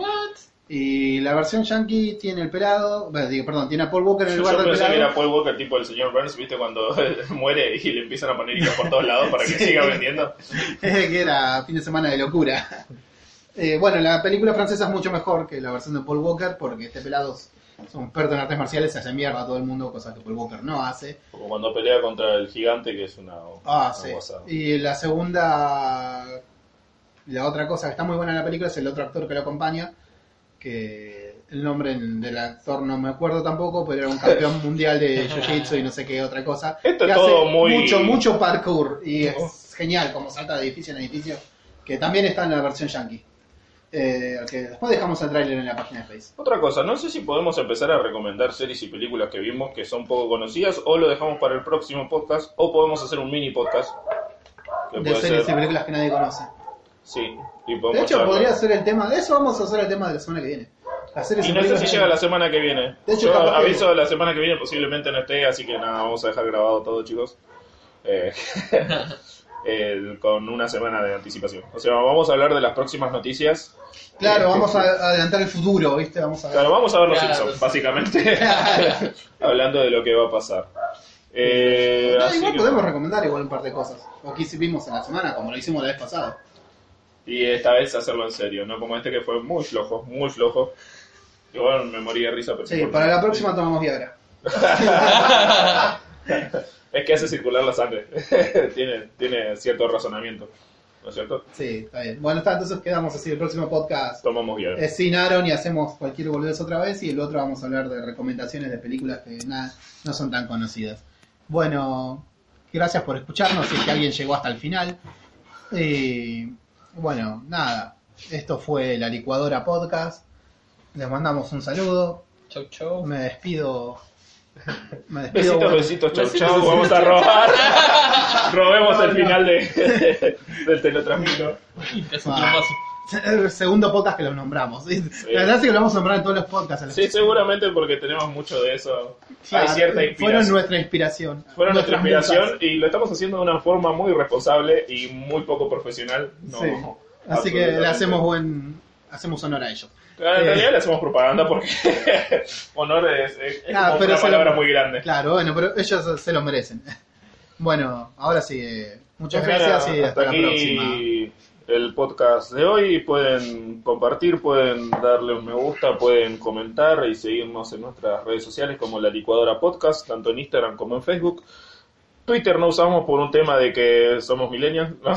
Y la versión yankee tiene el pelado, bueno, digo, perdón, tiene a Paul Walker en el Yo, lugar yo del pensé pelado. que era Paul Walker, tipo el señor Burns, ¿viste? Cuando muere y le empiezan a poner hilos por todos lados para que siga vendiendo. que era fin de semana de locura. Eh, bueno, la película francesa es mucho mejor que la versión de Paul Walker porque este pelado es es un experto en artes marciales, se hace mierda a todo el mundo, cosa que Paul Walker no hace. Como cuando pelea contra el gigante, que es una. Ah, una sí. guasada. Y la segunda, la otra cosa que está muy buena en la película es el otro actor que lo acompaña, que el nombre del actor no me acuerdo tampoco, pero era un campeón mundial de Jiu-Jitsu y no sé qué otra cosa. Esto Que es hace todo muy- Mucho, mucho parkour y es genial como salta de edificio en edificio, que también está en la versión yankee. Eh, que después dejamos el tráiler en la página de Facebook. Otra cosa, no sé si podemos empezar a recomendar series y películas que vimos que son poco conocidas, o lo dejamos para el próximo podcast, o podemos hacer un mini podcast. Que De puede series y ser. películas que nadie conoce. Sí, y De podemos hecho, charlar. podría ser el tema. De eso vamos a hacer el tema de la semana que viene. Las series Y no sé películas si que- llega la semana que viene. De hecho, Yo capaz que- aviso la semana que viene, posiblemente no esté, así que nada, vamos a dejar grabado todo, chicos. Eh, el- con una semana de anticipación. O sea, vamos a hablar de las próximas noticias. Claro, vamos a adelantar el futuro, ¿viste? Vamos a ver. Eh, Claro, vamos a ver los Claro, Simpsons, sí. básicamente. Hablando de lo que va a pasar. Eh, No, así igual que- podemos recomendar igual un par de cosas. O que hicimos en la semana, como lo hicimos la vez pasada. Y esta vez hacerlo en serio, ¿no? Como este que fue muy flojo, muy flojo. Igual me morí de risa, pero Sí, porque- para la próxima tomamos Viagra. Es que hace circular la sangre. tiene, tiene cierto razonamiento, ¿no es cierto? Sí, está bien. Bueno, está, entonces quedamos así. El próximo podcast Tomamos bien. es sin Aaron y hacemos cualquier boludez otra vez. Y el otro vamos a hablar de recomendaciones de películas que nada, no son tan conocidas. Bueno, gracias por escucharnos. Si es que alguien llegó hasta el final. Y bueno, nada. Esto fue la licuadora podcast. Les mandamos un saludo. Chau, chau. Me despido. Me despido. Besitos, bueno. besitos, chau, Besitos, chau. Vamos a robar. Robemos el final de, del teletransmito. Y te hace un Ah. trompazo. El segundo podcast que lo nombramos. La verdad es que lo vamos a nombrar en todos los podcasts. a los- Sí, seguramente porque tenemos mucho de eso. Hay Ah, cierta Fueron inspiración. nuestra inspiración. Fueron nuestra Nuestras inspiración y lo estamos haciendo de una forma muy responsable y muy poco profesional. No, musas. Sí. Así que le absolutamente. hacemos buen. Hacemos honor a ello. Claro, en Eh. realidad le hacemos propaganda porque honor es, es- es Ah, como pero una se palabra lo- muy grande. Claro, bueno, pero ellos se lo merecen. Bueno, ahora sí. eh, Muchas Bueno, gracias y hasta hasta la aquí próxima. El podcast de hoy pueden compartir, pueden darle un me gusta, pueden comentar y seguirnos en nuestras redes sociales como la licuadora podcast, tanto en Instagram como en Facebook. Twitter no usamos por un tema de que somos millennials, ¿no?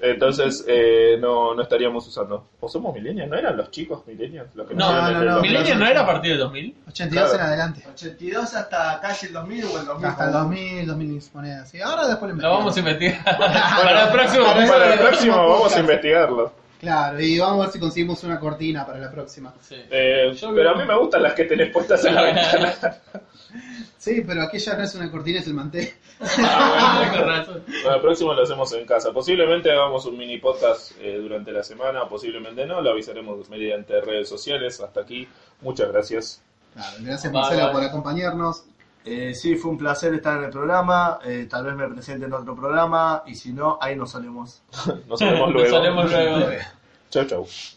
entonces eh, no, no estaríamos usando. ¿O somos millennials? ¿No eran los chicos millennials? Los que No, nacieron no, entre no, los Millennium 2000? no era a partir del 2000. 82 en claro. adelante. 82 hasta casi el 2000 o el 2000. Hasta el 2000, 2000 monedas. Y ahora después lo Lo vamos a investigamos. investigar. Para el próximo. Para Para el el próximo próximo vamos a podcast. investigarlo. Claro, y vamos a ver si conseguimos una cortina para la próxima. Sí. Eh, Yo pero a creo- mí me gustan las que tenés puestas en la ventana. Sí, pero aquella no es una cortina, es el mantel. Ah, bueno, con razón. Bueno, el próximo lo hacemos en casa. Posiblemente hagamos un mini podcast eh, durante la semana, posiblemente no. Lo avisaremos mediante redes sociales. Hasta aquí. Muchas gracias. Claro, gracias Bye, Marcelo bye. por acompañarnos. Eh, sí, fue un placer estar en el programa. eh, tal vez me presente en otro programa. Y si no, ahí nos salimos. Nos vemos Nos luego. salemos luego. Chau, chau.